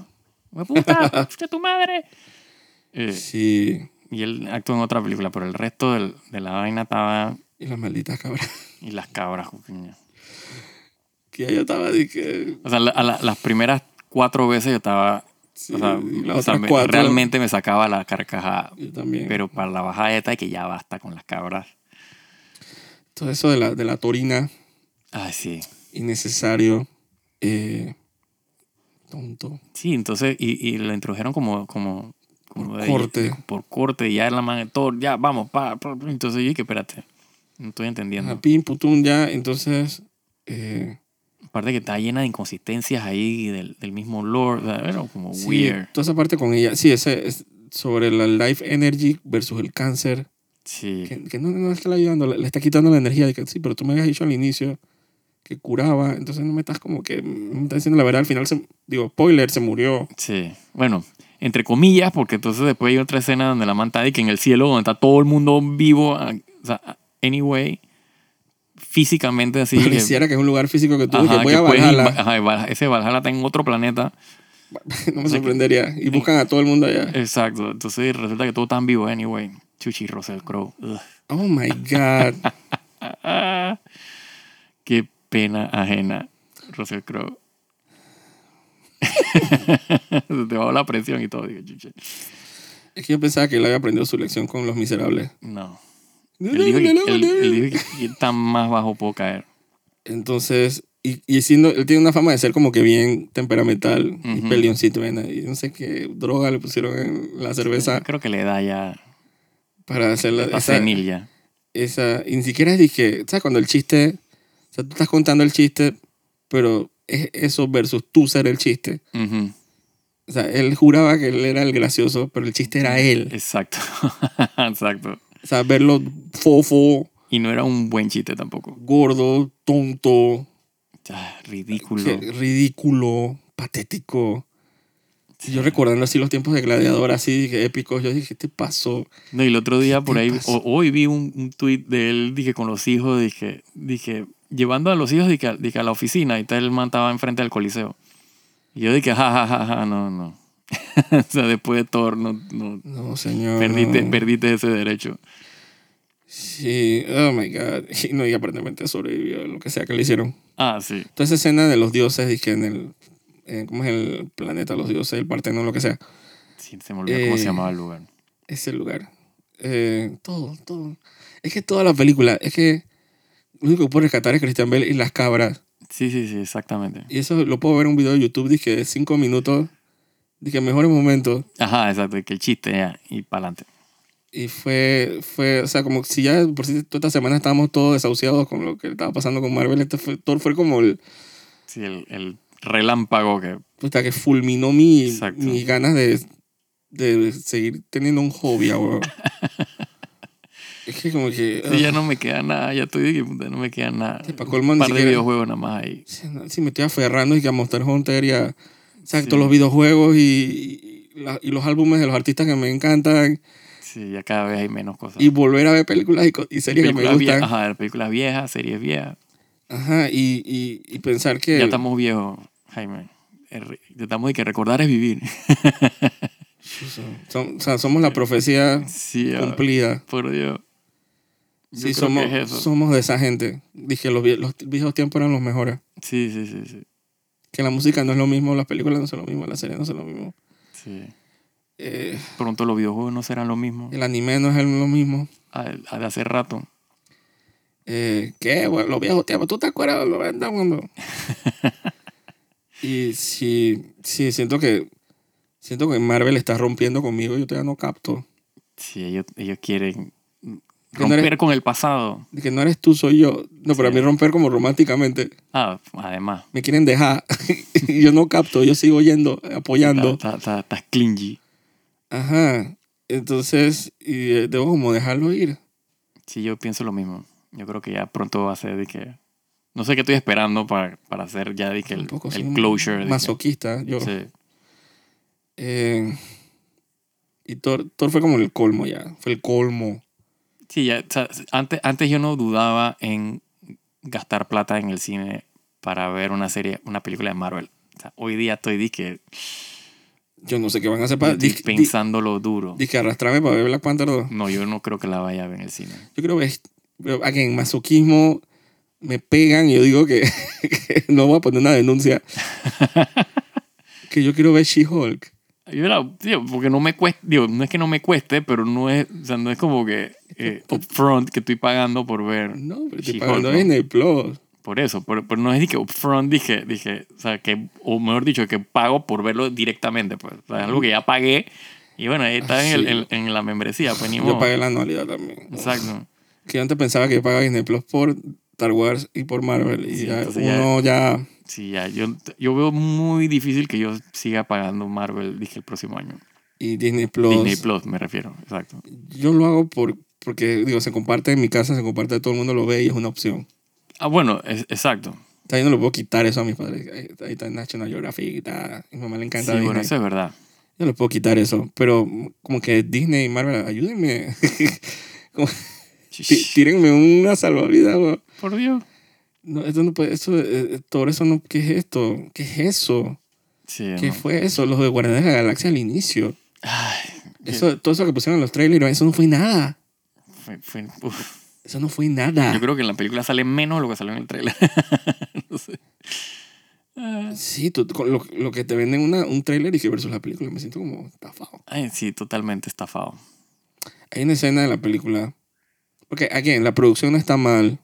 S1: [LAUGHS]
S2: ¡Me puta! ¡Usted tu madre! Eh,
S1: sí,
S2: y él actuó en otra película, pero el resto del- de la vaina estaba...
S1: y las malditas cabras.
S2: Y las cabras, coño.
S1: [LAUGHS] Que ya yo estaba, de que,
S2: O sea, la- a la- las primeras cuatro veces yo estaba...
S1: sí,
S2: o sea,
S1: y
S2: o
S1: las
S2: sea,
S1: otras
S2: me-
S1: cuatro.
S2: realmente me sacaba la carcajada.
S1: Yo también.
S2: Pero para la bajada esta y que ya basta con las cabras.
S1: Todo eso de la, de la torina,
S2: Ay, sí.
S1: innecesario, eh, tonto.
S2: Sí, entonces, y, y lo introdujeron como, como, como
S1: Por
S2: de-
S1: corte.
S2: Por corte, ya la man, todo, ya, vamos, pa, pa, pa. Entonces yo dije, espérate, no estoy entendiendo.
S1: Ajá, Pim, putum, Ah, ya, entonces, eh,
S2: Aparte que está llena de inconsistencias ahí del, del mismo lore, o sea, era como
S1: sí,
S2: weird.
S1: toda esa parte con ella, sí, ese, es sobre la life energy versus el cáncer.
S2: Sí,
S1: que, que no, no está ayudando, le, le está quitando la energía. De que, sí, pero tú me habías dicho al inicio que curaba, entonces no me estás como que, no me estás diciendo la verdad, al final, se, digo, spoiler, se murió.
S2: sí. Bueno, entre comillas, porque entonces después hay otra escena donde la man está ahí que en el cielo, donde está todo el mundo vivo, ah, o sea, anyway, físicamente así.
S1: [LAUGHS]
S2: que-
S1: Pareciera que es un lugar físico que tú
S2: eh. ajá,
S1: que voy
S2: que
S1: a
S2: puedes ir-
S1: Valhalla,
S2: ajá, y Valhalla- ese Valhalla está en otro planeta.
S1: [LAUGHS] no
S2: [LAUGHS]
S1: me sorprendería. Y buscan a todo el mundo
S2: Eh.
S1: allá.
S2: Exacto, entonces resulta que todos están vivos anyway. Chuchi Russell Crowe. Ugh.
S1: Oh my
S2: [LAUGHS]
S1: God.
S2: Ah, qué pena ajena, Russell Crowe. [LAUGHS] Se te bajó la presión y todo. Digo, chuchi.
S1: Es que yo pensaba que él había aprendido su lección con los miserables.
S2: No. Él dijo que, él- él dijo que tan más bajo puedo caer.
S1: Entonces, y, y siendo, él tiene una fama de ser como que bien temperamental
S2: Ujú.
S1: y peleoncito, ¿ven? y no sé qué droga le pusieron en la cerveza
S2: Creo que le da ya
S1: para hacer la,
S2: a
S1: esa-
S2: senil ya.
S1: esa, y ni siquiera es dije, ¿sabes? Cuando el chiste, o sea, tú estás contando el chiste, pero es eso versus tú ser el chiste.
S2: Ujú.
S1: O sea, él juraba que él era el gracioso, pero el chiste era él.
S2: Exacto. [LAUGHS] Exacto.
S1: O sea, verlo fofo,
S2: Y no era un buen chiste tampoco.
S1: gordo, tonto,
S2: Ah, ridículo.
S1: que- ridículo, patético. Y yo recordando así los tiempos de Gladiador, así que épicos, yo dije, ¿qué te pasó?
S2: No, y el otro día por
S1: te
S2: ahí,
S1: pasa?
S2: o- hoy vi un, un tweet de él, dije, con los hijos, dije, dije, llevando a los hijos, dije, a- dije, a la oficina, y tal, el man estaba enfrente del coliseo. Y yo dije, ja, ja, ja, ja, no, no. [LAUGHS] o sea, después de Thor, no, no,
S1: No, señor.
S2: perdiste,
S1: no.
S2: perdiste ese derecho.
S1: Sí, oh my God. [LAUGHS] Y, no, y aparentemente sobrevivió a lo que sea que le hicieron.
S2: Ah, sí.
S1: Toda esa escena de los dioses, dije, en el. en- ¿Cómo es el planeta? Los dioses, el Partenón, lo que sea.
S2: Sí, se me olvidó cómo se
S1: Eh.
S2: llamaba el lugar.
S1: Ese lugar. Eh, todo, todo. Es que toda la película, es que. Lo único que puedo rescatar es Christian Bell y las cabras.
S2: Sí, sí, sí, exactamente.
S1: Y eso lo puedo ver en un video de YouTube, dije, de cinco minutos. Dije, mejores momentos.
S2: Ajá, exacto, que el chiste ya, y para adelante.
S1: Y fue, fue, o sea, como si ya por si toda esta semana estábamos todos desahuciados con lo que estaba pasando con Marvel. Este fue, Thor fue como el,
S2: Sí, el, el relámpago que
S1: Puta, que fulminó mi,
S2: Exacto.
S1: mis ganas de, de seguir teniendo un hobby ahora.
S2: [LAUGHS]
S1: es que como que...
S2: sí, ya no me queda nada, ya estoy de que puta, no me queda nada.
S1: Sí, pa' colmo,
S2: Un
S1: ni
S2: par de
S1: siquiera-
S2: videojuegos nada más ahí.
S1: Si si me estoy aferrando y que a Monster Hunter y a exacto,
S2: Sí.
S1: los videojuegos y, y la- y los álbumes de los artistas que me encantan
S2: Sí, ya cada vez hay menos cosas.
S1: y volver a ver películas y, co- y series que me
S2: Películas
S1: gustan.
S2: viejas,
S1: Ajá,
S2: ajá, películas viejas, series viejas.
S1: y, y- y pensar que...
S2: Ya estamos viejos, Jaime. El re- Ya estamos de que recordar es vivir. [LAUGHS]
S1: son- o sea, somos la profecía
S2: Sí, ah,
S1: cumplida.
S2: por Dios. Yo
S1: Sí,
S2: creo
S1: somos,
S2: que es eso.
S1: somos de esa gente. Dije, los, vie- los viejos tiempos eran los mejores.
S2: Sí, sí, sí, sí.
S1: Que la música no es lo mismo, las películas no son lo mismo, las series no son lo mismo.
S2: sí.
S1: Eh,
S2: Pronto los videojuegos no serán lo mismo
S1: el anime no es el- lo mismo.
S2: a, a de hace rato.
S1: Eh, ¿Qué? Bueno, los viejos tiempos. ¿Tú te acuerdas de los 90
S2: [LAUGHS]
S1: cuando...? y sí, sí, siento que... Siento que Marvel está rompiendo conmigo. Yo todavía no capto.
S2: Sí, ellos, ellos quieren
S1: Que no eres-
S2: romper con el pasado.
S1: De que no eres tú, soy yo. No, pero a
S2: Sí.
S1: mí romper como románticamente.
S2: Ah, además.
S1: Me quieren dejar. [LAUGHS] Y yo no capto. Yo sigo yendo,
S2: Estás
S1: apoyando.
S2: está, está- está clingy.
S1: Ajá. Entonces, y eh, debo como dejarlo ir.
S2: Sí, yo pienso lo mismo. Yo creo que ya pronto va a ser de que... No sé qué estoy esperando para, para hacer ya de que el,
S1: Tampoco soy
S2: el
S1: un
S2: closure. de que-
S1: Masoquista. Yo.
S2: Sí.
S1: Eh, y Thor, Thor fue como el colmo ya. Fue el colmo.
S2: Sí, ya, o sea, antes, antes yo no dudaba en gastar plata en el cine para ver una serie, una película de Marvel. O sea, hoy día estoy disque,
S1: Yo no sé qué van a hacer para...
S2: estoy
S1: dis- dis-
S2: pensándolo duro.
S1: Dije, arrastrame para ver Black Panther 2.
S2: No, yo no creo que la vaya a ver en el cine.
S1: Yo creo que es, pero, again, masoquismo, me pegan y yo digo que, [LAUGHS] que no voy a poner una
S2: [LAUGHS]
S1: denuncia. que yo quiero ver She-Hulk.
S2: Yo la- tío, porque no me cuesta, digo, no es que no me cueste, pero no es, o sea, no es como que
S1: [LAUGHS]
S2: eh, upfront que estoy pagando por ver.
S1: No, pero estoy
S2: She-Hulk,
S1: pagando
S2: ¿no?
S1: en el Plus.
S2: Por eso, pero, pero no es de que upfront dije, dije, o sea, que, o mejor dicho, que pago por verlo directamente, pues. O sea, algo que ya pagué y bueno, ahí está
S1: Ah,
S2: en, el-
S1: sí.
S2: en- en la membresía, pues ni
S1: Yo
S2: modo.
S1: pagué la anualidad también.
S2: Exacto.
S1: Que yo antes pensaba que yo pagaba Disney Plus por Star Wars y por Marvel. Y
S2: Sí,
S1: ya
S2: entonces ya-
S1: uno ya...
S2: Sí, ya, yo, yo veo muy difícil que yo siga pagando Marvel, dije, el próximo año.
S1: Y Disney Plus.
S2: Disney Plus, me refiero, exacto.
S1: Yo lo hago por, porque, digo, se comparte en mi casa, se comparte, todo el mundo lo ve y es una opción.
S2: Ah, bueno, es- exacto.
S1: O sea, yo no lo puedo quitar eso a mis padres. Ahí, ahí está National Geographic, está, a mi mamá le
S2: Sí,
S1: encanta Disney.
S2: bueno, eso es verdad.
S1: Yo les puedo quitar eso, pero mm, como que Disney y Marvel, ayúdenme. [LAUGHS] Como, tí- tírenme una salvavidas. weón.
S2: Por Dios.
S1: No, esto no puede, eso, eh, eh, todo eso no, ¿qué es esto? ¿Qué es eso?
S2: Sí,
S1: ¿Qué
S2: no.
S1: fue eso? Los de Guardianes de la Galaxia al inicio.
S2: Ay,
S1: Eso, todo eso que pusieron en los trailers, eso no fue nada.
S2: fue- fue- uf.
S1: Eso no fue nada.
S2: Yo creo que en la película sale menos de lo que salió en el trailer. [LAUGHS] no sé. Ah.
S1: Sí, tú- con lo, lo que te venden una, un trailer y que versus la película, me siento como estafado.
S2: Ay, sí, totalmente estafado.
S1: Hay una escena de la película. Porque, again, la producción no está mal.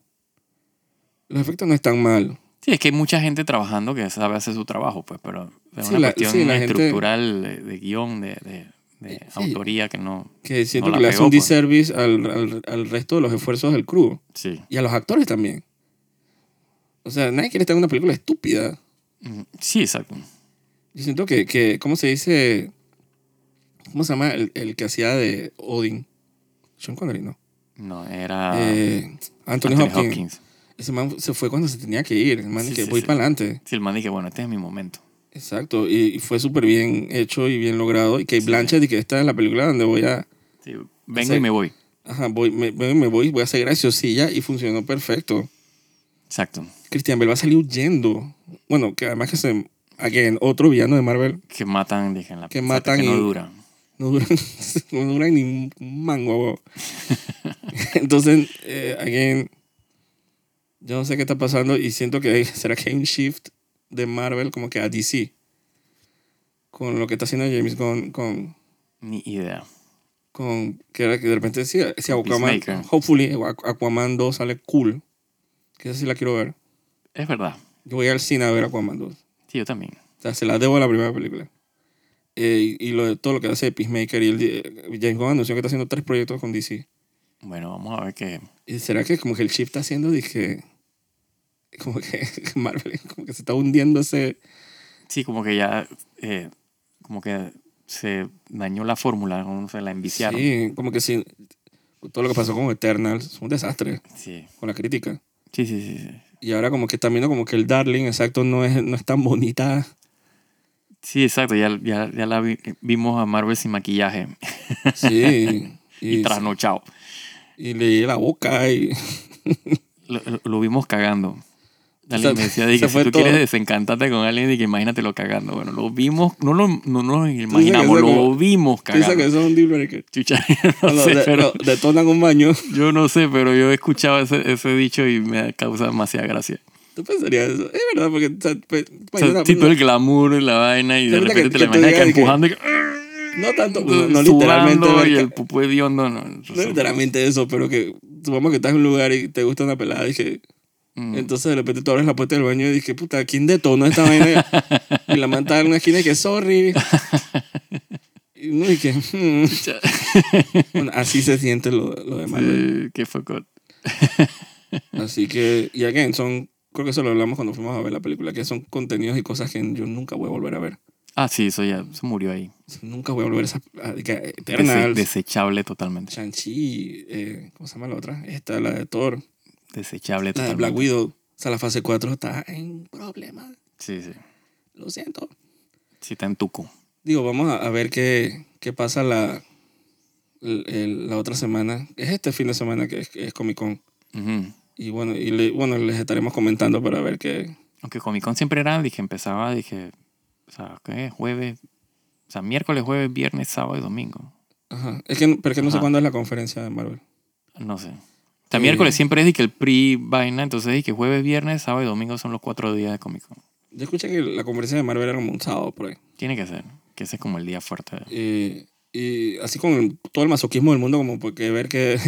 S1: Los efectos no están mal.
S2: Sí, es que hay mucha gente trabajando que sabe hacer su trabajo, pues, pero es
S1: Sí,
S2: una
S1: la-
S2: cuestión
S1: sí, la gente- Eh,
S2: estructural de, de guión, de, de- de
S1: Sí.
S2: autoría que no...
S1: que siento
S2: No la
S1: que le hace
S2: pegó,
S1: un
S2: pues.
S1: disservice al, al, al resto de los esfuerzos del crew
S2: Sí.
S1: y a los actores también. O sea, nadie quiere estar en una película estúpida.
S2: Mm, Sí, exacto.
S1: Yo siento que, que ¿cómo se dice? ¿Cómo se llama el, el que hacía de Odin? Sean Connery, ¿no?
S2: No, era...
S1: Eh, Anthony,
S2: Ah, Anthony
S1: Hopkins.
S2: Hopkins.
S1: Ese man se fue cuando se tenía que ir. El man
S2: Sí,
S1: que
S2: sí,
S1: voy
S2: sí.
S1: para adelante.
S2: Sí, el man dije, bueno, este es mi momento.
S1: Exacto. Y, y fue súper bien hecho y bien logrado. Y que
S2: Sí.
S1: Blanchett y que esta es la película donde voy a...
S2: Sí, vengo
S1: Ese-
S2: y me voy.
S1: Ajá, voy, me, me me voy, voy a ser graciosilla y funcionó perfecto.
S2: Exacto.
S1: Christian Bell va a salir huyendo. Bueno, que además que se... Again, otro villano de Marvel
S2: Que matan, dije, en la...
S1: Que
S2: o sea,
S1: matan
S2: Que no
S1: y-
S2: dura.
S1: no dura, [LAUGHS] no dura ni un mango. huevón. Entonces, eh, again, yo no sé qué está pasando y siento que [LAUGHS] hay- será que hay un shift de Marvel como que a DC. Con lo que está haciendo James Gunn con...
S2: Ni idea.
S1: con que, era que de repente sí, si Aquaman...
S2: Peacemaker.
S1: Hopefully, Aqu- Aquaman 2 sale cool. Que esa sí la quiero ver.
S2: Es verdad.
S1: Yo voy al cine a ver Aquaman 2.
S2: Sí, yo también.
S1: O sea, se la debo a la primera película. Eh, y y lo de todo lo que hace Peacemaker y el, eh, James Gunn anunció que está haciendo tres proyectos con DC.
S2: Bueno, vamos a ver qué...
S1: ¿Y será que como que el chip está haciendo, dije, como que [LAUGHS] Marvel como que se está hundiendo ese...
S2: Sí, como que ya, eh, como que se dañó la fórmula, como se la enviciaron. Sí.
S1: Sí, como que sí. Todo lo que pasó con Eternals fue un desastre
S2: Sí,
S1: con la crítica.
S2: sí, sí, sí. sí.
S1: Y ahora como que están viendo como que el Darling, exacto, no es, no es tan bonita.
S2: exacto, ya, ya, ya la vi- vimos a Marvel sin maquillaje
S1: Sí.
S2: [LAUGHS] y, trasnochado.
S1: y leí la boca y... [LAUGHS]
S2: Lo, lo- lo vimos cagando.
S1: sea,
S2: Alguien me decía, de
S1: se
S2: que si
S1: fue
S2: tú
S1: todo.
S2: quieres desencantarte con alguien, de que imagínatelo cagando. Bueno, lo vimos, no lo no nos
S1: que
S2: imaginamos,
S1: eso
S2: lo
S1: como-
S2: vimos
S1: Piensa que
S2: cagando.
S1: eso es un deal breaker.
S2: Chucha, [LAUGHS] no
S1: Cuando
S2: sé,
S1: de-
S2: pero...
S1: lo- detonan un baño.
S2: Yo no sé, pero yo he escuchado ese, ese dicho y me causa demasiada gracia.
S1: Tú pensarías eso. Es verdad, porque... o sea, pues,
S2: O sea,
S1: imagina-
S2: sí, todo el glamour y la vaina y de
S1: Ahorita que-
S2: repente te la
S1: que te
S2: imaginas que
S1: digan que-
S2: empujando y que...
S1: No tanto, no, no
S2: sudando
S1: literalmente. ver
S2: y
S1: ca-
S2: el pupú hediondo. No,
S1: No literalmente eso, pero que supongamos que estás en un lugar y te gusta una pelada y que
S2: Mm.
S1: entonces de repente tú abres la puerta del baño y dices, puta, ¿quién detonó esta vaina? y la manta en una esquina y que, sorry. y uno y que, "Hmm".
S2: Chucha.
S1: Bueno, así se siente lo, lo de Marvel.
S2: Sí, qué focot.
S1: Así que, y again, son, creo que eso lo hablamos cuando fuimos a ver la película, que son contenidos y cosas que yo nunca voy a volver a ver.
S2: Ah, sí, eso ya se murió ahí.
S1: Nunca voy a volver a esa. a- que- eh,
S2: Dese-
S1: Eternals,
S2: desechable totalmente.
S1: Shang-Chi, eh, ¿cómo se llama la otra? Esta, la de Thor.
S2: Desechable
S1: La de
S2: totalmente.
S1: Black Widow, o sea, la fase 4 está en problemas.
S2: Sí, sí.
S1: Lo siento.
S2: Sí, está en tuco.
S1: Digo, vamos a, a ver qué, qué pasa la, el- el- la otra semana. Es este fin de semana que es, que es Comic Con.
S2: Ujú.
S1: Y bueno, y le- bueno, les estaremos comentando para ver qué.
S2: Aunque Comic Con siempre era, dije, empezaba, dije, o sea, ¿qué? Jueves, o sea, miércoles, jueves, viernes, sábado y domingo.
S1: Ajá. Es que, pero es que no sé
S2: Ajá.
S1: cuándo es la conferencia de Marvel.
S2: No sé. O sea,
S1: Eh,
S2: miércoles siempre es de que el pre-vaina, entonces es que jueves, viernes, sábado y domingo son los cuatro días de Comic Con.
S1: Yo escuché que la conferencia de Marvel era como un sábado por ahí.
S2: Tiene que ser, que ese es como el día fuerte.
S1: Eh, y así con el- todo el masoquismo del mundo, como porque ver [LAUGHS] que.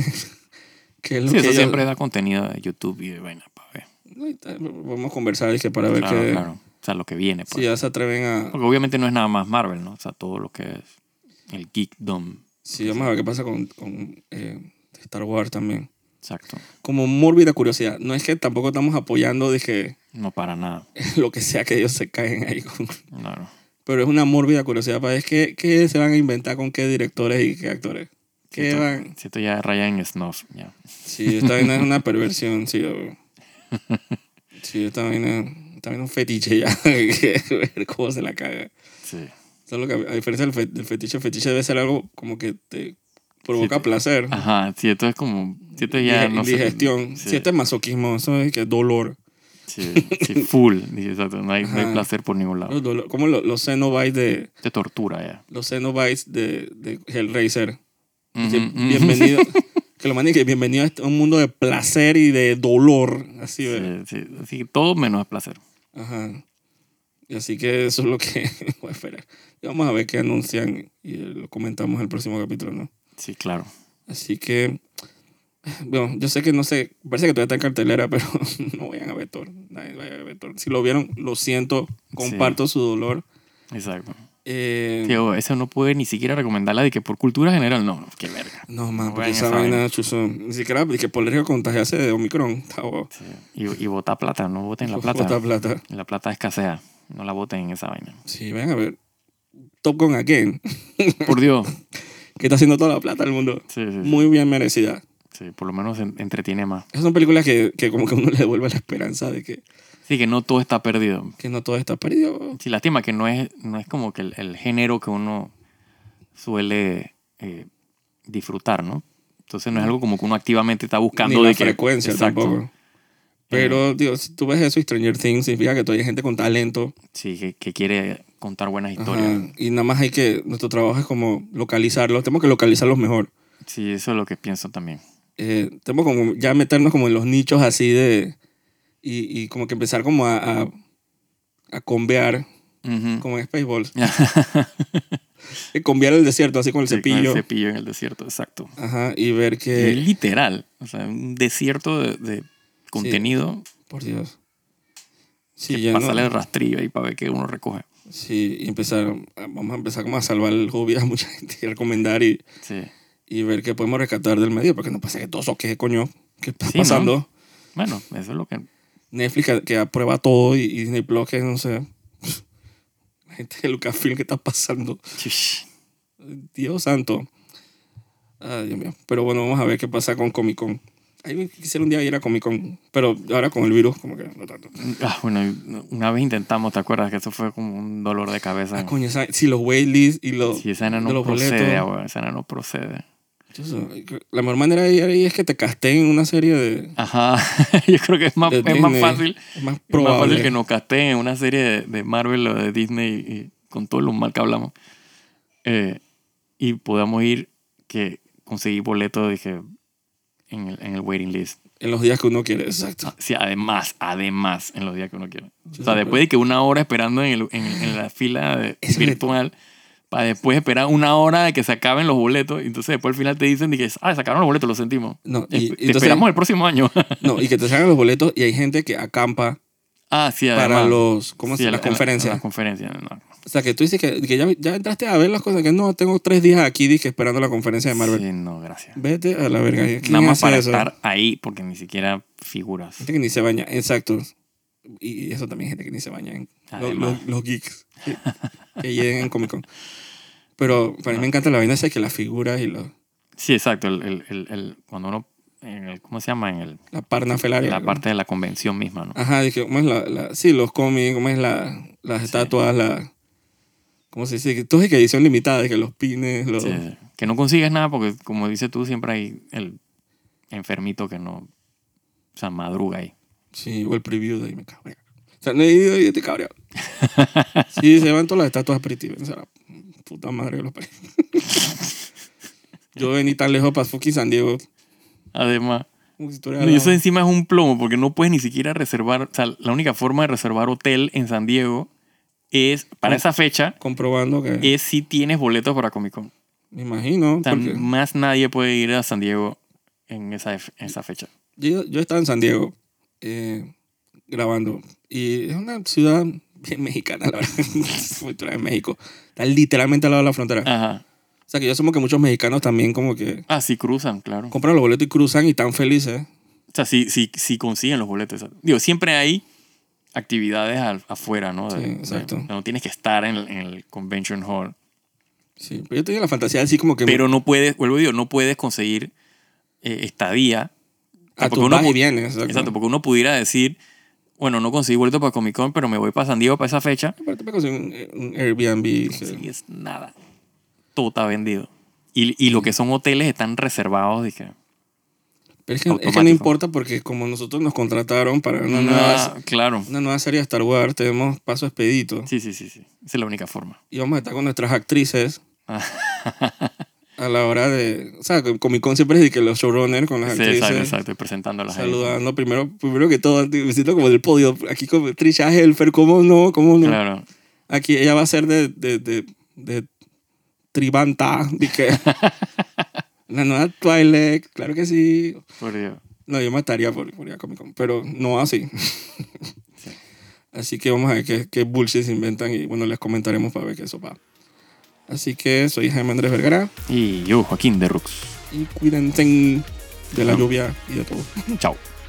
S1: que es lo
S2: Sí,
S1: que
S2: eso
S1: ellos-
S2: siempre da contenido de YouTube y de vaina para ver.
S1: No, y tal, Podemos conversar dije, para ver
S2: Claro,
S1: qué-
S2: claro. O sea, lo que viene.
S1: si
S2: Pues.
S1: ya se atreven a,
S2: Porque obviamente no es nada más Marvel, ¿no? O sea, todo lo que es el geekdom.
S1: Sí, vamos a ver qué pasa con, con, eh, Star Wars también.
S2: Exacto.
S1: Como mórbida curiosidad. No es que tampoco estamos apoyando de que [LAUGHS]
S2: No para nada.
S1: lo que sea que ellos se caen ahí. con- [LAUGHS]
S2: Claro.
S1: pero es una mórbida curiosidad. Para es que, ¿qué se van a inventar con qué directores y qué actores. ¿Qué
S2: Siento-
S1: van?
S2: Siento ya raya en snuff. Ya.
S1: Sí, esta vaina es una perversión, sí.
S2: [LAUGHS]
S1: yo- Sí, esta vaina, esta vaina es un fetiche ya. [LAUGHS] que ver cómo se la caga.
S2: Sí.
S1: Eso es lo que, a diferencia del, fe- del fetiche, el fetiche debe ser algo como que te provoca
S2: Sí, te-
S1: placer.
S2: Ajá. Si esto es como. Si esto ya.
S1: Dige-
S2: no sé.
S1: indigestión.
S2: Sí.
S1: Si este es masoquismo, eso es que es dolor.
S2: Sí,
S1: [LAUGHS]
S2: sí, full. Dije, exacto. No hay, no hay
S1: Ajá.
S2: placer por ningún lado.
S1: Los dolor- como lo- los Cenobites de
S2: Te tortura ya.
S1: los Cenobites de, de Hellraiser. Que
S2: Ujú, ujú.
S1: bienvenido. que lo maneje, bienvenido a este- un mundo de placer y de dolor. Así, ¿verdad?
S2: [LAUGHS] Sí, sí, sí, todo menos placer.
S1: Ajá. Y así que eso es lo que [LAUGHS] voy a esperar. Y vamos a ver qué anuncian y lo comentamos en el próximo capítulo, ¿no?
S2: Sí, claro.
S1: Así que. Bueno, yo sé que no sé, parece que todavía está en cartelera, [LAUGHS] pero no vayan a ver Thor. Nadie vaya a ver Thor. Si lo vieron, lo siento, comparto su dolor.
S2: Exacto.
S1: Eh,
S2: Tío, oh, eso no puede ni siquiera recomendarla de que por cultura general, no, qué verga.
S1: no, man,
S2: No
S1: porque
S2: vayan a
S1: esa
S2: esa
S1: vaina,
S2: vaina.
S1: chuzo, ni siquiera dije por riesgo de contagiarse de Omicron. Está bo-
S2: Sí. Y, y botar plata, no
S1: [LAUGHS]
S2: voten la plata.
S1: bota plata.
S2: La plata escasea, no la voten en esa vaina.
S1: Sí, vayan a ver. Top Gun Again,
S2: Por Dios.
S1: que está haciendo toda la plata del mundo.
S2: Sí, sí, sí.
S1: Muy bien merecida.
S2: Sí, por lo menos en- entretiene más.
S1: Esas son películas que, que como que uno [LAUGHS] le devuelve la esperanza de que,
S2: Sí, que no todo está perdido.
S1: que no todo está perdido.
S2: Sí, lástima que no es, no es como que el, el género que uno suele eh, disfrutar, ¿no? Entonces no es algo como que uno activamente está buscando
S1: Ni la
S2: de que-
S1: frecuencia
S2: Exacto. Eh.
S1: tampoco. Pero, digo, si tú ves eso y Stranger Things, significa que todavía hay gente con talento.
S2: Sí, que, que quiere contar buenas historias.
S1: Ajá. Y nada más hay que, nuestro trabajo es como localizarlos. Tenemos que localizarlos mejor.
S2: Sí, eso es lo que pienso también.
S1: eh, tenemos como ya meternos como en los nichos así de y, y como que empezar como a a, a convear
S2: Ujú. [LAUGHS]
S1: como en Spaceballs
S2: Sí,
S1: Eh, convear el desierto así con el
S2: con
S1: cepillo Eh,
S2: el cepillo en el desierto, exacto.
S1: ajá y ver
S2: Es
S1: que
S2: literal. O sea, un desierto de, de contenido.
S1: por Dios sí
S2: que
S1: ya
S2: pasarle
S1: no
S2: el rastrillo ahí para ver qué uno recoge.
S1: sí y empezar a- vamos a empezar como a salvar el hobby a mucha [LAUGHS] gente y recomendar y,
S2: Sí.
S1: y ver qué podemos rescatar del medio porque no pasa que todo eso qué coño qué está
S2: Sí, ¿no?
S1: pasando
S2: Bueno, eso es lo que.
S1: Netflix que, que aprueba todo y, y Disney Plus que no sé. [LAUGHS] La gente de Lucasfilm que está pasando. Dios santo. Ay, Dios mío. Pero bueno, vamos a ver qué pasa con Comic Con. Ahí quisiera un día ir a Comic Con, pero ahora con el virus, como que no tanto.
S2: Ah, bueno, una vez intentamos, ¿te acuerdas? Que eso fue como un dolor de cabeza.
S1: Ah, coño, esa- si los waitlist y los.
S2: si esa nena
S1: de
S2: no
S1: los
S2: procede,
S1: boletos.
S2: güey, esa nena no procede.
S1: Yo sé, La mejor manera de ir ahí es que te casteen una serie de.
S2: Ajá, [LAUGHS] yo creo que es más,
S1: de
S2: es más
S1: Disney.
S2: fácil.
S1: Es más
S2: es más
S1: probable.
S2: fácil que nos casteen en una serie de, de Marvel o de Disney y- con todo lo mal que hablamos. Eh, y podamos ir que conseguir boletos, dije, en el, en el waiting list.
S1: En los días que uno quiere, exacto.
S2: Sí, además, además, en los días que uno quiere. O
S1: Sí,
S2: sea,
S1: sí, pues.
S2: después de que una hora esperando en, el- en- en la fila de-
S1: Eso es-
S2: virtual, para después esperar una hora de que se acaben los boletos, y entonces después al final te dicen, dije, ah, se acabaron los boletos, lo sentimos.
S1: No, y,
S2: Esp- te
S1: entonces-
S2: esperamos el próximo año. [LAUGHS]
S1: no, y que te salgan los boletos y hay gente que acampa
S2: ah, sí, además.
S1: para los. ¿Cómo se
S2: Sí,
S1: llama? Las
S2: en la- en
S1: conferencias.
S2: Las conferencias, no.
S1: O sea, que tú dices que, que ya, ya entraste a ver las cosas, que no, tengo tres días aquí dije, esperando la conferencia de Marvel.
S2: Sí, no, gracias.
S1: Vete a la verga. ¿Quién
S2: Nada más
S1: hace
S2: para
S1: eso?
S2: estar ahí, porque ni siquiera figuras.
S1: Gente que ni se baña, exacto. Y eso también, gente que ni se baña. en- Los,
S2: Además.
S1: los- los
S2: [LAUGHS]
S1: geeks que, que lleguen en Comic Con. Pero para mí me encanta la vaina esa de que las figuras y los-
S2: Sí, exacto. El, el- el- el- cuando uno, en el- ¿cómo se llama? En, el-
S1: la parnafelaria.
S2: en la parte de la convención misma, ¿no?
S1: Ajá, de que, ¿cómo es la, la- sí, los cómics, cómo es la, las estatuas, la... ¿Cómo se dice? Que Todo es que edición limitada, de que los pines, los...
S2: Sí, sí. que no consigues nada porque, como dices tú, siempre hay el enfermito que no... O sea, madruga ahí.
S1: Sí, o el preview de ahí me cabrea. O sea, no he ido y estoy cabreado. sí, se van todas las estatuas Pretty Woman, o sea, la puta madre de los países. Yo vení tan lejos para fucking San Diego.
S2: Además,
S1: Como si estuviera
S2: no,
S1: al
S2: y
S1: lado.
S2: eso encima es un plomo porque no puedes ni siquiera reservar... O sea, la única forma de reservar hotel en San Diego es, para
S1: Ah.
S2: esa fecha,
S1: comprobando que...
S2: es si tienes boletos para Comic Con.
S1: Me imagino.
S2: O sea,
S1: porque
S2: más nadie puede ir a San Diego en esa, f- en esa fecha.
S1: yo, yo estaba en San Diego eh, grabando. Y es una ciudad bien mexicana, la verdad. [LAUGHS] Es muy de México. Está literalmente al lado de la frontera.
S2: Ajá.
S1: O sea, que yo somos que muchos mexicanos también como que
S2: Ah, sí cruzan, claro. O
S1: compran los boletos y cruzan y están felices.
S2: sea, sí, sí, sí consiguen los boletos. exacto. Digo, siempre hay actividades al- afuera, ¿no?
S1: Sí, exacto.
S2: no tienes que estar en el, en el convention hall.
S1: Sí, pero yo tenía la fantasía así como que...
S2: Pero no puedes, vuelvo y digo, no puedes conseguir eh, estadía. O sea,
S1: a
S2: porque
S1: tu
S2: uno
S1: vas y
S2: pu-
S1: vienes. Exacto.
S2: Exacto, porque uno pudiera decir, bueno, no conseguí boleto para Comic Con, pero me voy para San Diego para esa fecha.
S1: Aparte me conseguí un, un Airbnb. que-
S2: Sí, es nada. Todo está vendido. Y, y lo que son hoteles están reservados, dije.
S1: pero es que, es que no
S2: automático.
S1: importa porque como nosotros nos contrataron para una, nueva,
S2: Ah, claro.
S1: una nueva serie de Star Wars, tenemos paso expedito.
S2: Sí, sí, sí, sí. Esa es la única forma.
S1: Y vamos a estar con nuestras actrices
S2: Ah,
S1: a la hora de... O sea, que Comic Con siempre es de que los showrunners con las
S2: Ah, sí,
S1: actrices...
S2: exacto, exacto. Y presentándolas ahí.
S1: Saludando primero, primero que todo, me siento como del podio. Aquí con Trisha Helfer, ¿cómo no? ¿Cómo no?
S2: Claro.
S1: Aquí ella va a ser de, de, de, de Tribanta, de
S2: [LAUGHS]
S1: que- la nueva Twilight, claro que sí.
S2: Por Dios.
S1: No, yo mataría por, por ir a Comic Con, pero no así.
S2: Sí.
S1: Así que vamos a ver qué, qué bullshit se inventan y bueno, les comentaremos para ver qué eso va. Así que soy Jaime Andrés Vergara
S2: Y yo, uh, Joaquín de Rux.
S1: y cuídense de la
S2: Chao.
S1: lluvia y de todo.
S2: Chao.